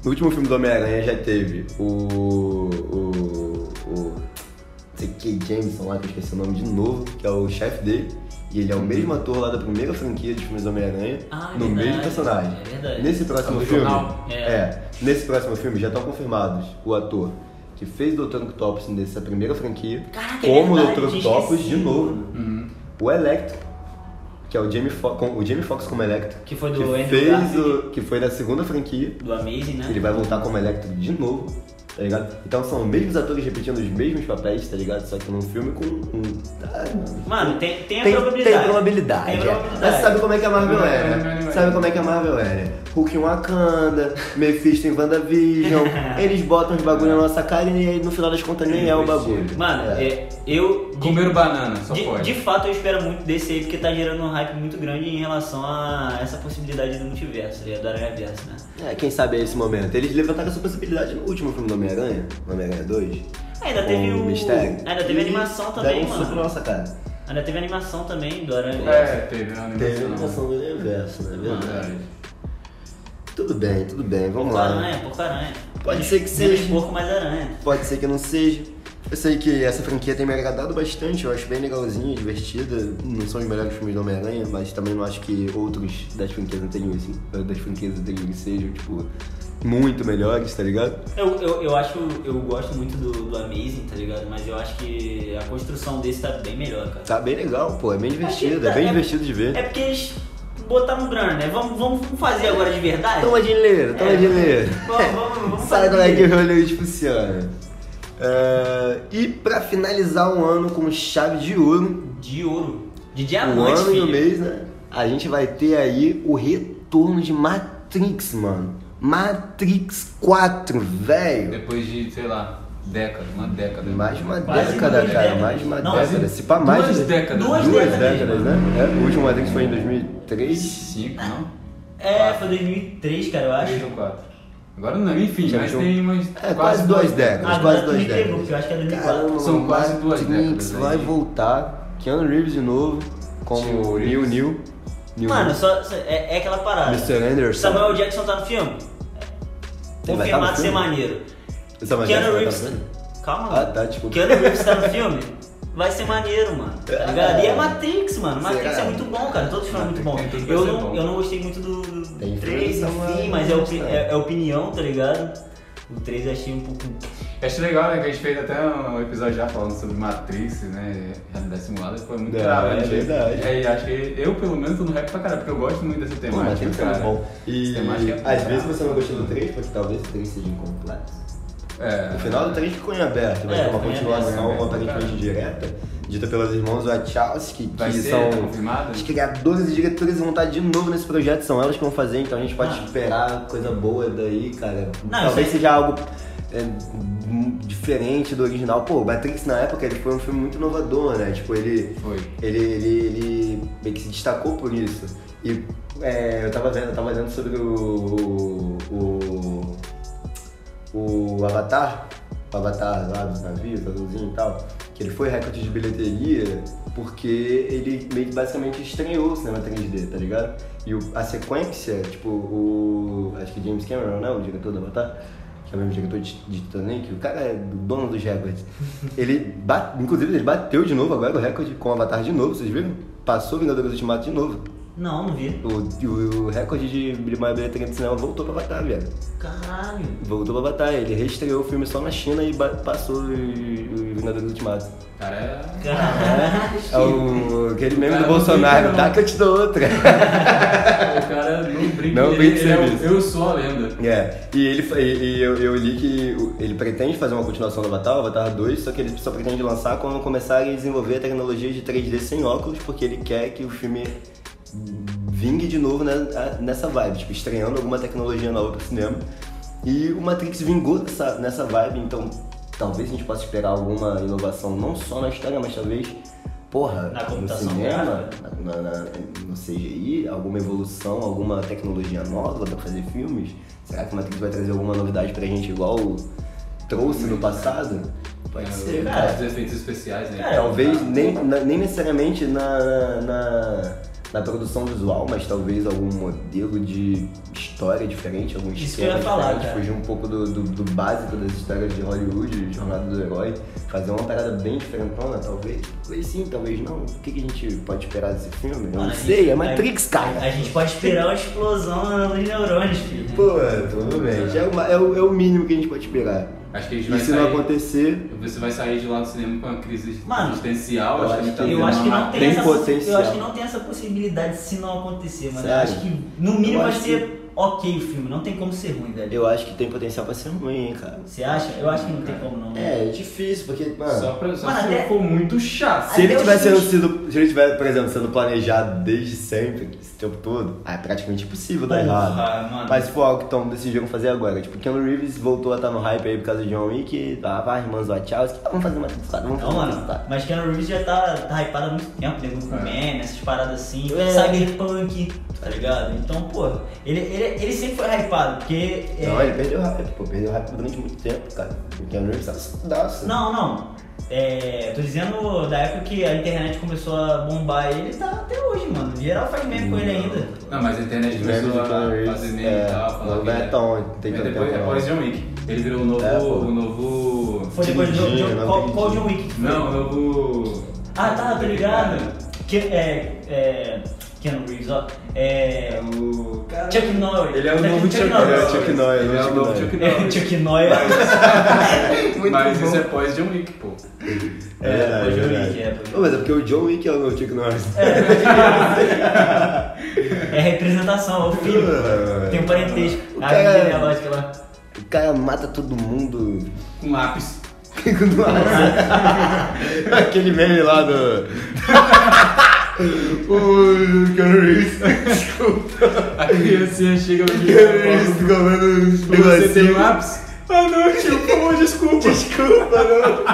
Speaker 1: No último filme do Homem-Aranha já teve o. o. o. C.K. Jameson lá, que eu esqueci o nome de novo, que é o chefe dele. E ele é o mesmo ator lá da primeira franquia de filmes do Homem-Aranha,
Speaker 2: Ah, é
Speaker 1: no
Speaker 2: verdade,
Speaker 1: mesmo personagem.
Speaker 2: é verdade.
Speaker 1: Nesse próximo
Speaker 3: Do
Speaker 1: filme.
Speaker 3: jornal.
Speaker 2: É.
Speaker 1: É. Nesse próximo filme já estão confirmados o ator que fez o Dr. Octopus nessa primeira franquia,
Speaker 2: Caraca, é
Speaker 1: como
Speaker 2: verdade,
Speaker 1: o Dr.
Speaker 2: tinha
Speaker 1: Octopus de
Speaker 2: esquecido.
Speaker 1: novo.
Speaker 3: Uhum.
Speaker 1: O Electro, que é o Jamie, Fo com- o Jamie Foxx como Electro.
Speaker 2: Que foi né? do Andrew
Speaker 1: que fez
Speaker 2: Garfield.
Speaker 1: o, Que foi da segunda franquia.
Speaker 2: Do Amazing, né?
Speaker 1: Ele vai voltar como Electro de novo. Tá ligado? Então são os mesmos atores repetindo os mesmos papéis, tá ligado? Só que num filme com um. ah,
Speaker 2: Mano, tem, tem a
Speaker 1: tem,
Speaker 2: probabilidade.
Speaker 1: tem probabilidade,
Speaker 2: Tem
Speaker 1: é.
Speaker 2: probabilidade.
Speaker 1: Mas sabe como é que a Marvel
Speaker 3: Não,
Speaker 1: é,
Speaker 3: não, não,
Speaker 1: né?
Speaker 3: não, não.
Speaker 1: Sabe como é que a Marvel é, né? Hulk em Wakanda, Mephisto em WandaVision. eles botam os bagulho na nossa cara e aí, no final das contas nem é o bagulho.
Speaker 2: Mano,
Speaker 1: É.
Speaker 2: é, eu. de-
Speaker 3: Comer banana, só
Speaker 2: de,
Speaker 3: pode.
Speaker 2: de fato, eu espero muito desse aí, porque tá gerando um hype muito grande em relação a essa possibilidade do multiverso, tá ligado? do aranhaverso, né?
Speaker 1: É, quem sabe é esse momento. Eles levantaram essa possibilidade no último filme do Homem-Aranha, no Homem-Aranha 2.
Speaker 2: Ainda
Speaker 1: com
Speaker 2: teve o-
Speaker 1: Mistério.
Speaker 2: ainda teve
Speaker 1: E
Speaker 2: animação também,
Speaker 1: deram um suco
Speaker 2: mano.
Speaker 1: na nossa cara. um
Speaker 2: Ainda teve animação também do aranhaverso.
Speaker 3: É, teve uma
Speaker 1: Teve
Speaker 3: animação.
Speaker 1: animação do universo, né? Verdade.
Speaker 3: Mano,
Speaker 1: Tudo bem, tudo bem, vamos
Speaker 2: Porco
Speaker 1: lá.
Speaker 2: aranha, porco aranha.
Speaker 1: Pode ser que
Speaker 2: Menos
Speaker 1: seja.
Speaker 2: porco, mais aranha.
Speaker 1: Pode ser que não seja. Eu sei que essa franquia tem me agradado bastante, eu acho bem legalzinha, divertida. Não são os melhores filmes do Homem-Aranha, mas também não acho que outros das franquias anteriores, das franquias anteriores sejam, tipo, muito melhores, tá ligado?
Speaker 2: Eu, eu, eu acho, eu gosto muito do, do Amazing, tá ligado? Mas eu acho que a construção desse tá bem melhor, cara.
Speaker 1: Tá bem legal, pô, é bem divertido,
Speaker 2: Acho
Speaker 1: é
Speaker 2: que
Speaker 1: bem
Speaker 2: tá-
Speaker 1: divertido de
Speaker 2: É
Speaker 1: ver.
Speaker 2: porque eles botaram grana, né? Vamos, vamos fazer agora de verdade?
Speaker 1: Toma dinheiro, toma
Speaker 2: É.
Speaker 1: dinheiro.
Speaker 2: Vamos, vamos, vamos
Speaker 1: Sabe
Speaker 2: fazer
Speaker 1: como é que o
Speaker 2: dinheiro.
Speaker 1: Hollywood funciona? Ah, e pra finalizar um ano com chave de ouro,
Speaker 2: De ouro. De
Speaker 1: um
Speaker 2: diamante,
Speaker 1: ano e um
Speaker 2: É filho.
Speaker 1: mês, né? A gente vai ter aí o retorno de Matrix, mano. Matrix 4, velho.
Speaker 3: Depois de, sei lá, década, uma década.
Speaker 1: Mais de uma
Speaker 2: Quase
Speaker 1: década,
Speaker 2: duas
Speaker 1: cara.
Speaker 2: décadas.
Speaker 1: Mais de uma
Speaker 2: Não,
Speaker 1: década. Se pá, mais
Speaker 3: duas
Speaker 1: de-
Speaker 3: décadas.
Speaker 2: Duas
Speaker 1: Duas
Speaker 2: décadas.
Speaker 1: décadas, né? É, o último Matrix foi em 2003.
Speaker 3: Cinco, não?
Speaker 2: É, foi 2003, cara, eu
Speaker 3: Três
Speaker 1: É,
Speaker 2: acho.
Speaker 3: ou quatro. Agora não, enfim,
Speaker 1: Já
Speaker 3: mas
Speaker 1: viu?
Speaker 3: tem umas.
Speaker 1: É, quase duas décadas.
Speaker 2: Ah,
Speaker 1: Quase
Speaker 2: agora
Speaker 1: duas
Speaker 2: tu me pegou,
Speaker 1: décadas.
Speaker 2: porque eu acho que é 2004.
Speaker 1: Caramba,
Speaker 3: São
Speaker 1: mano,
Speaker 3: quase duas
Speaker 1: Matrix
Speaker 3: décadas
Speaker 1: vai
Speaker 3: aí.
Speaker 1: voltar. Keanu Reeves de novo. Como
Speaker 3: Tio
Speaker 1: New
Speaker 3: Reeves.
Speaker 1: New. New
Speaker 2: Mano,
Speaker 1: New.
Speaker 2: só, só- é, é aquela parada.
Speaker 1: Mr. um Anderson.
Speaker 2: Samuel Jackson tá no filme?
Speaker 1: Ele vai
Speaker 2: Confirmado
Speaker 1: tá no
Speaker 2: ser
Speaker 1: filme?
Speaker 2: maneiro.
Speaker 1: Samuel Jackson
Speaker 2: Keanu
Speaker 1: vai
Speaker 2: Reeves.
Speaker 1: tá no filme?
Speaker 2: Calma,
Speaker 1: Ah,
Speaker 2: mano.
Speaker 1: tá, desculpa.
Speaker 2: Keanu Reeves tá no filme? Vai ser maneiro, mano. Tá ligado? E é Matrix, mano. Matrix
Speaker 1: Será?
Speaker 2: é muito bom, cara. Todos os filmes são muito bons.
Speaker 3: Matrix tem tudo pra
Speaker 2: Eu
Speaker 3: ser
Speaker 2: não,
Speaker 3: bom.
Speaker 2: eu não gostei muito do, do
Speaker 1: Tem
Speaker 2: 3,
Speaker 1: tudo pra ser
Speaker 2: enfim,
Speaker 1: uma-
Speaker 2: mas é, opi-
Speaker 1: uma-
Speaker 2: é- é opinião, tá ligado? O 3 eu achei um pouco.
Speaker 3: Acho legal, né? Que a gente fez até um episódio já falando sobre Matrix, né? Realidade simulada, foi muito
Speaker 1: É,
Speaker 3: bravo,
Speaker 1: é
Speaker 3: né?
Speaker 1: verdade.
Speaker 3: É, e acho que eu, pelo menos, tô no rap pra caralho, porque eu gosto muito dessa
Speaker 1: Pô, mas
Speaker 3: temática,
Speaker 1: tem que ser
Speaker 3: cara.
Speaker 1: muito bom. E
Speaker 3: Essa temática é
Speaker 1: às
Speaker 3: brava.
Speaker 1: vezes você não gostou do 3, porque talvez o 3 seja incompleto.
Speaker 3: É.
Speaker 1: O final do 3 ficou em aberto, mas
Speaker 2: É,
Speaker 1: é uma
Speaker 2: ficou em
Speaker 1: continuação
Speaker 3: aberto.
Speaker 1: aparentemente direta, dita pelos irmãos Wachowski, que
Speaker 3: Vai ser
Speaker 1: são
Speaker 3: confirmado?
Speaker 1: os criadores e diretores vão estar de novo nesse projeto, são elas que vão fazer, então a gente pode
Speaker 2: Ah.
Speaker 1: esperar coisa boa daí, cara.
Speaker 2: Não,
Speaker 1: talvez
Speaker 2: isso aí-
Speaker 1: seja algo é, m- diferente do original. Pô, Matrix na época ele foi um filme muito inovador, né? Tipo, ele
Speaker 3: Foi.
Speaker 1: ele, ele, ele meio que se destacou por isso. E é, eu tava vendo, eu tava lendo sobre o. o. o, o Avatar, o Avatar lá dos navios, azulzinho e tal, que ele foi recorde de bilheteria porque ele meio que basicamente estranhou o cinema 3D, tá ligado? E o- a sequência, tipo, o. acho que James Cameron, né? O diretor do Avatar. Que é o mesmo diretor de, de Titanic, o cara é do dono dos recordes. Ele, ba- inclusive, ele bateu de novo agora o recorde com o Avatar de novo, vocês viram? Passou Vingadores Ultimato de novo.
Speaker 2: Não, não vi.
Speaker 1: O, o, o recorde de maior bilheteria do cinema voltou pra Avatar, velho.
Speaker 2: Caralho.
Speaker 1: Voltou pra Avatar, ele reestreou o filme só na China e ba- passou o, o Vingadores Ultimato.
Speaker 3: Cara, é-
Speaker 2: Caralho.
Speaker 1: É o, aquele meme
Speaker 3: Cara,
Speaker 1: do
Speaker 3: não brinca,
Speaker 1: Bolsonaro,
Speaker 3: não.
Speaker 1: tá que eu te dou outra.
Speaker 3: o cara não brinca.
Speaker 1: Não
Speaker 3: ele-
Speaker 1: brinca de
Speaker 3: ele é o-
Speaker 1: serviço.
Speaker 3: Eu sou a lenda.
Speaker 2: né?
Speaker 1: É, e ele fa- e, e eu, eu li que o- ele pretende fazer uma continuação do Avatar, o Avatar 2, só que ele só pretende lançar quando começarem a desenvolver a tecnologia de 3D sem óculos, porque ele quer que o filme vingue de novo né, a- nessa vibe, tipo, estreando alguma tecnologia nova pro cinema. E o Matrix vingou nessa, nessa vibe, então talvez a gente possa esperar alguma inovação, não só na história, mas talvez, porra,
Speaker 2: Na
Speaker 1: no
Speaker 2: computação
Speaker 1: cinema,
Speaker 2: gráfica.
Speaker 1: na, na, no CGI, alguma evolução, alguma tecnologia nova pra fazer filmes? Será que o Matrix vai trazer alguma novidade pra gente igual trouxe no passado? Pode
Speaker 3: É,
Speaker 1: ser,
Speaker 3: os-
Speaker 1: cara. É,
Speaker 3: Os efeitos especiais, né?
Speaker 2: Cara,
Speaker 1: Talvez nem, na- nem necessariamente na, na, na produção visual, mas talvez algum modelo de história diferente, algum
Speaker 2: Isso que
Speaker 1: esquema
Speaker 2: eu ia falar,
Speaker 1: diferente,
Speaker 2: cara.
Speaker 1: fugir um pouco do, do, do básico das histórias de Hollywood, de jornada do herói, fazer uma parada bem diferentona, talvez. Talvez sim, talvez não. O que, que a gente pode esperar desse filme? Eu
Speaker 2: Mano,
Speaker 1: não
Speaker 2: a gente-
Speaker 1: sei, é
Speaker 2: a-
Speaker 1: Matrix, cara.
Speaker 2: A gente pode esperar uma explosão nos neurônios, filho.
Speaker 1: Pô, tudo bem. Já É, uma- é o, é o mínimo que a gente pode esperar.
Speaker 3: Acho que a gente vai
Speaker 1: E se
Speaker 3: sair...
Speaker 1: não acontecer,
Speaker 3: Você vai sair de lá do cinema com uma crise
Speaker 2: Mano,
Speaker 3: existencial,
Speaker 1: eu
Speaker 3: acho
Speaker 1: acho
Speaker 3: que, tá
Speaker 1: que-
Speaker 3: tendo
Speaker 2: Eu acho que
Speaker 3: uma
Speaker 2: não tem,
Speaker 1: Tem
Speaker 2: essa possi-
Speaker 1: potencial.
Speaker 2: Eu acho que não tem essa possibilidade se não acontecer, mano. Eu
Speaker 1: Sério?
Speaker 2: acho que no mínimo
Speaker 1: Eu
Speaker 2: vai
Speaker 1: acho
Speaker 2: ser ok o filme, não tem como ser ruim, velho.
Speaker 1: Eu acho que tem potencial pra ser ruim, hein, cara.
Speaker 2: Você acha? Eu acho que não tem como não.
Speaker 1: É, é difícil, porque, mano.
Speaker 3: Só pra só
Speaker 2: Mano,
Speaker 3: se
Speaker 2: até-
Speaker 3: for muito chato.
Speaker 1: Se ele
Speaker 2: Até
Speaker 1: tivesse
Speaker 2: os-
Speaker 1: sido. Se ele tiver, por exemplo, sendo planejado desde sempre, esse tempo todo, ah, é praticamente impossível dar
Speaker 2: Porra,
Speaker 1: errado.
Speaker 2: mano.
Speaker 1: Mas se for algo que Tom decidiram fazer agora, tipo, Keanu Reeves voltou a estar no hype aí por causa de John Wick, ah, vai, irmãos Wachowski, ah, vamos fazer uma temporada, vamos
Speaker 2: Não,
Speaker 1: fazer uma
Speaker 2: mano,
Speaker 1: temporada.
Speaker 2: mas Keanu Reeves já tá, tá hypado há muito tempo, nego com
Speaker 3: É.
Speaker 2: meme, essas paradas assim,
Speaker 1: É.
Speaker 2: cyberpunk, tá ligado? Então, pô, ele, ele, ele sempre foi hypado, porque. é,
Speaker 1: Não, ele perdeu o hype, pô, perdeu o hype durante muito tempo, cara. O Keanu Reeves tá tava saudaço.
Speaker 2: Não, não. É, tô dizendo da época que a internet começou a bombar ele, tá até hoje, mano. Geral faz meme com ele ainda.
Speaker 3: Não, mas a internet
Speaker 1: Meme
Speaker 3: começou
Speaker 1: do
Speaker 3: a
Speaker 1: Keanu Reeves,
Speaker 3: fazer meme
Speaker 1: é,
Speaker 3: e tal, falar
Speaker 1: não
Speaker 3: que ele
Speaker 1: é tão- tem
Speaker 3: Mas
Speaker 1: tanto
Speaker 3: depois,
Speaker 1: tempo,
Speaker 3: depois
Speaker 1: não.
Speaker 3: John Wick. Ele virou o novo.
Speaker 1: É, pô.
Speaker 3: o novo.
Speaker 2: Foi depois do
Speaker 1: Queridinho,
Speaker 2: John.
Speaker 1: não,
Speaker 2: Qual, qual
Speaker 1: queridinho.
Speaker 2: John Wick? que foi?
Speaker 3: Não, o novo.
Speaker 2: Ah, tá, tô ligado. Que, é. É. Keanu Reeves, ó. É.
Speaker 3: É o. Cara,
Speaker 2: Chuck Norris.
Speaker 3: Ele é o
Speaker 2: Chuck-
Speaker 3: novo
Speaker 2: Chuck
Speaker 3: Chuck
Speaker 2: Norris.
Speaker 3: Norris.
Speaker 1: Chuck Norris,
Speaker 3: Ele é o
Speaker 1: Chuck
Speaker 3: novo
Speaker 1: Norris.
Speaker 3: Chuck
Speaker 2: É,
Speaker 3: Norris.
Speaker 2: Chuck Noia.
Speaker 1: Muito
Speaker 3: Mas
Speaker 1: bom.
Speaker 3: isso é pós John Wick, pô.
Speaker 2: É,
Speaker 1: verdade,
Speaker 2: foi John
Speaker 1: verdade.
Speaker 2: Wick, é, foi John
Speaker 1: Pô, Mas é porque o John Wick é o meu Chuck Norris.
Speaker 2: É representação, é o filho. Tem um parentesco. né,
Speaker 1: O
Speaker 2: A
Speaker 1: cara-
Speaker 2: árvore genealógica lá.
Speaker 1: O cara mata todo mundo.
Speaker 3: Com lápis.
Speaker 1: Aquele meme lá do. o Keanu Reeves.
Speaker 3: A criancinha chega no
Speaker 1: Keanu Reeves
Speaker 3: dia.
Speaker 1: comendo uns
Speaker 3: Você
Speaker 2: assim?
Speaker 3: tem
Speaker 1: negocinhos.
Speaker 3: lápis? Ah não, tio, pô, desculpa.
Speaker 1: Desculpa, não.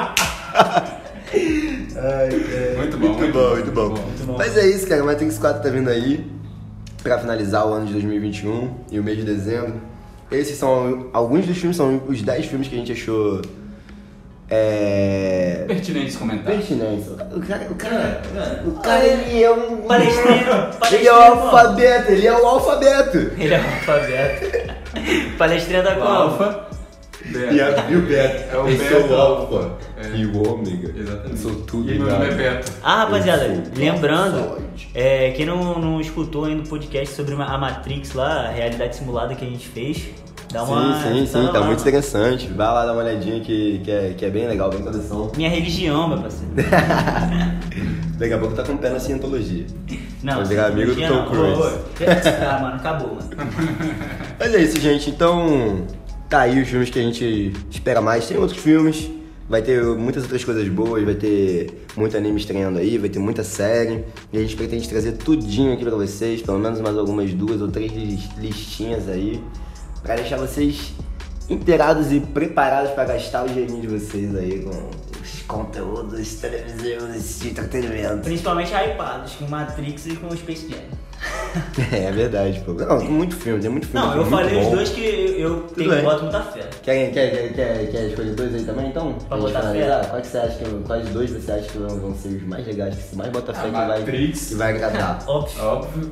Speaker 1: Ai, cara.
Speaker 3: Muito bom,
Speaker 1: muito
Speaker 3: muito
Speaker 1: bom,
Speaker 3: bom,
Speaker 1: muito bom.
Speaker 3: muito
Speaker 2: bom.
Speaker 1: Mas é isso, cara. Matrix 4 tá vindo aí pra finalizar o ano de 2021 e o mês de dezembro. Esses são alguns dos filmes, são os 10 filmes que a gente achou. É.
Speaker 3: Pertinentes comentários.
Speaker 1: Pertinência. O cara, o cara,
Speaker 2: É, é.
Speaker 1: o cara ele é um.
Speaker 2: Palestrino,
Speaker 1: Ele é
Speaker 2: palestrino.
Speaker 1: o alfabeto, ele é o alfabeto.
Speaker 2: Ele é um alfabeto. Palestrina da
Speaker 3: O
Speaker 2: Copa.
Speaker 3: Alfa. Beta.
Speaker 1: E, a, e o Beto.
Speaker 3: É o
Speaker 1: Eu sou
Speaker 3: Beto.
Speaker 1: o alfa.
Speaker 3: É.
Speaker 1: E o ômega. Eu
Speaker 3: Exatamente.
Speaker 1: sou tudo
Speaker 3: E meu
Speaker 1: igual.
Speaker 3: nome é Beto.
Speaker 2: Ah, rapaziada,
Speaker 1: Eu sou
Speaker 2: lembrando,
Speaker 1: Sóide.
Speaker 2: é, quem não, não escutou ainda o podcast sobre a Matrix lá, a realidade simulada que a gente fez, dá uma.
Speaker 1: Sim, sim, sim,
Speaker 2: lá,
Speaker 1: tá muito
Speaker 2: mano.
Speaker 1: interessante. Vai lá dar uma olhadinha que, que, é, que é bem legal, bem tradução.
Speaker 2: Minha religião, meu parceiro.
Speaker 1: Daqui a pouco tá com o pé na cientologia.
Speaker 2: Não,
Speaker 1: Vou virar amigo do
Speaker 2: religião
Speaker 1: Tom
Speaker 2: não,
Speaker 1: Cruise.
Speaker 2: ô, ô. Ah, mano, acabou, mano.
Speaker 1: Mas é isso, gente. Então, tá aí os filmes que a gente espera mais. Tem outros filmes. Vai ter muitas outras coisas boas, vai ter muito anime estreando aí, vai ter muita série. E a gente pretende trazer tudinho aqui pra vocês, pelo menos mais algumas duas ou três lis- listinhas aí, pra deixar vocês inteirados e preparados pra gastar o dinheirinho de vocês aí com os conteúdos televisivos de entretenimento.
Speaker 2: Principalmente hypados, com Matrix e com o Space Jam.
Speaker 1: É, é verdade, pô. Não, tem muito filme, tem muito filme.
Speaker 2: Não, eu
Speaker 1: muito
Speaker 2: falei os
Speaker 1: bom.
Speaker 2: dois que eu- eu
Speaker 1: bem.
Speaker 2: tenho boto muita fé.
Speaker 1: Quer, quer, quer, quer, quer escolher dois aí também, então?
Speaker 2: Pra
Speaker 1: gente
Speaker 2: botar
Speaker 1: finalizar?
Speaker 2: fé.
Speaker 1: Qual que você acha que, quais dois você acha que vão vão ser os mais legais, que você mais bota fé
Speaker 3: A
Speaker 1: que vai,
Speaker 3: Matrix.
Speaker 1: que vai agradar?
Speaker 2: Óbvio.
Speaker 3: Óbvio,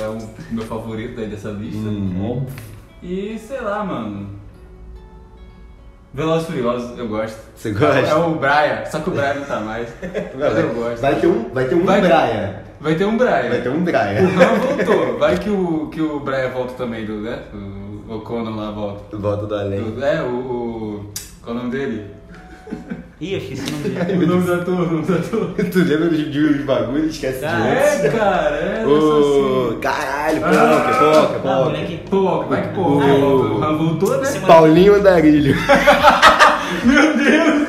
Speaker 3: é o meu favorito aí dessa lista.
Speaker 1: Uhum.
Speaker 3: Óbvio. Hum. E sei lá, mano. Velozes e Furiosos, eu gosto.
Speaker 1: Você gosta?
Speaker 3: É o Brian, só que o Brian não tá mais. Mas eu
Speaker 1: vai,
Speaker 3: gosto.
Speaker 1: vai ter um, vai ter um
Speaker 3: Vai-
Speaker 1: Brian.
Speaker 3: Vai ter um Brian.
Speaker 1: Vai ter um
Speaker 3: O
Speaker 1: Brian.
Speaker 3: Han voltou. Vai que o, que o Brian volta também, do, né? O, o Conan lá volta.
Speaker 1: Volta do além.
Speaker 3: Do- é, o, o. Qual é o nome dele?
Speaker 2: Ih, eu esqueci o nome dele.
Speaker 3: O nome da turma, o nome da turma.
Speaker 1: tu lembra de, de uns bagulhos? Esquece de
Speaker 2: Ah,
Speaker 1: outros.
Speaker 3: É, cara, é.
Speaker 1: Ô,
Speaker 3: assim.
Speaker 1: Caralho,
Speaker 3: Ah,
Speaker 1: poker, poker,
Speaker 2: Ah,
Speaker 1: poker.
Speaker 2: moleque.
Speaker 3: Pô, vai que pô,
Speaker 1: O-
Speaker 3: o Han voltou, né?
Speaker 1: Paulinho Andarilho.
Speaker 3: Meu Deus!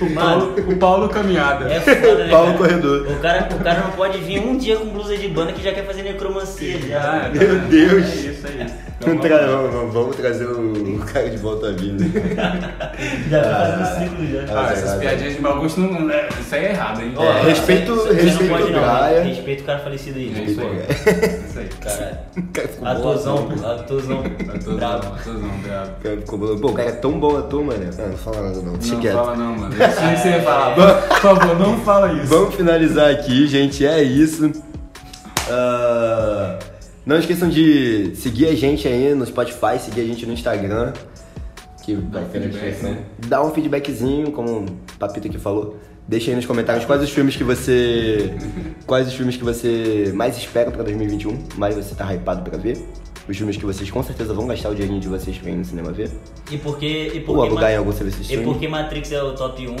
Speaker 3: o, Paulo, o Paulo caminhada.
Speaker 2: É foda, né?
Speaker 1: Paulo
Speaker 2: cara?
Speaker 1: Corredor.
Speaker 2: O cara, o cara não pode vir um dia com blusa de banda que já quer fazer necromancia. Já.
Speaker 3: Ah,
Speaker 1: Meu
Speaker 3: tá vendo?
Speaker 1: Deus.
Speaker 3: É isso, é isso. Então,
Speaker 1: Não
Speaker 3: vamos
Speaker 1: tra-
Speaker 3: lá.
Speaker 1: não, não, Vamos trazer o o cara de volta à vida.
Speaker 2: Já tá fazendo ciclo já.
Speaker 1: Ah,
Speaker 3: Ah, essas
Speaker 1: vai, vai.
Speaker 3: piadinhas de mau gosto não. não- Isso aí é errado, hein?
Speaker 1: É, respeito-
Speaker 2: você- você
Speaker 1: respeito
Speaker 2: não pode, não,
Speaker 1: o Brian.
Speaker 2: Respeito o cara falecido aí.
Speaker 3: É
Speaker 2: gente.
Speaker 3: isso aí. Isso aí.
Speaker 2: Caralho.
Speaker 1: O cara ficou
Speaker 2: Atorzão,
Speaker 1: bom,
Speaker 2: atorzão.
Speaker 3: Tá
Speaker 2: Bravo.
Speaker 3: Tozão, bravo.
Speaker 1: O cara ficou bom. Pô, o cara é tão bom ator, mano. Ah, não fala nada não, deixa
Speaker 3: Não
Speaker 1: quieto.
Speaker 3: fala não, mano. Isso aí você ia falar. Por favor, não fala isso.
Speaker 1: Vamos finalizar aqui, gente. É isso. Ah, não esqueçam de seguir a gente aí no Spotify, seguir a gente no Instagram. Que vai ter na
Speaker 3: feedback,
Speaker 1: descrição.
Speaker 3: né?
Speaker 1: Dá um feedbackzinho, como o Papito aqui falou. Deixa aí nos comentários quais os filmes que você. Quais os filmes que você mais espera pra 2021, mais você tá hypado pra ver. Os filmes que vocês com certeza vão gastar o dinheirinho de vocês pra ir no cinema ver.
Speaker 2: E porque. E
Speaker 1: Ou
Speaker 2: porque
Speaker 1: alugar em
Speaker 2: Ma-
Speaker 3: é
Speaker 1: algum serviço de
Speaker 2: E
Speaker 1: streaming.
Speaker 2: porque Matrix é o top 1.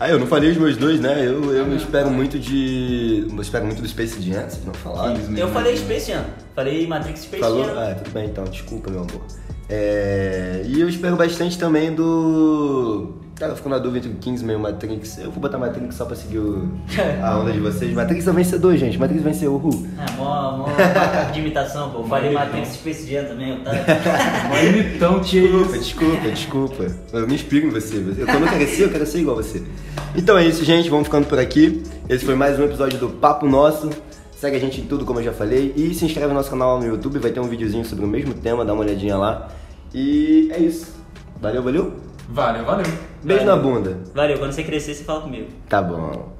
Speaker 1: Ah, eu não falei os meus dois, né? Eu, eu espero muito de. Eu espero muito do Space Jam, vocês não falaram.
Speaker 2: Eu falei Space Jam. Falei Matrix Space
Speaker 1: né? Falou?
Speaker 2: Jam.
Speaker 1: Ah, tudo bem então, desculpa, meu amor. É, E eu espero bastante também do. Cara, eu fico na dúvida entre o Kingsman e o Matrix. Eu vou botar Matrix só pra seguir o- a onda de vocês. Matrix é o vencedor, gente. Matrix venceu, uhul.
Speaker 2: É, mó, mó papo de imitação, pô. Falei Matrix Space Jam também, eu tava.
Speaker 3: Bonitão que é
Speaker 1: Desculpa,
Speaker 3: isso.
Speaker 1: desculpa, desculpa. Eu me inspiro em você. Eu, quando eu crescer, eu quero ser igual a você. Então é isso, gente. Vamos ficando por aqui. Esse foi mais um episódio do Papo Nosso. Segue a gente em tudo, como eu já falei. E se inscreve no nosso canal no YouTube. Vai ter um videozinho sobre o mesmo tema. Dá uma olhadinha lá. E é isso. Valeu, valeu.
Speaker 3: Valeu, valeu.
Speaker 1: Beijo
Speaker 2: Valeu.
Speaker 1: na bunda.
Speaker 2: Valeu, quando você crescer, você fala comigo.
Speaker 1: Tá bom.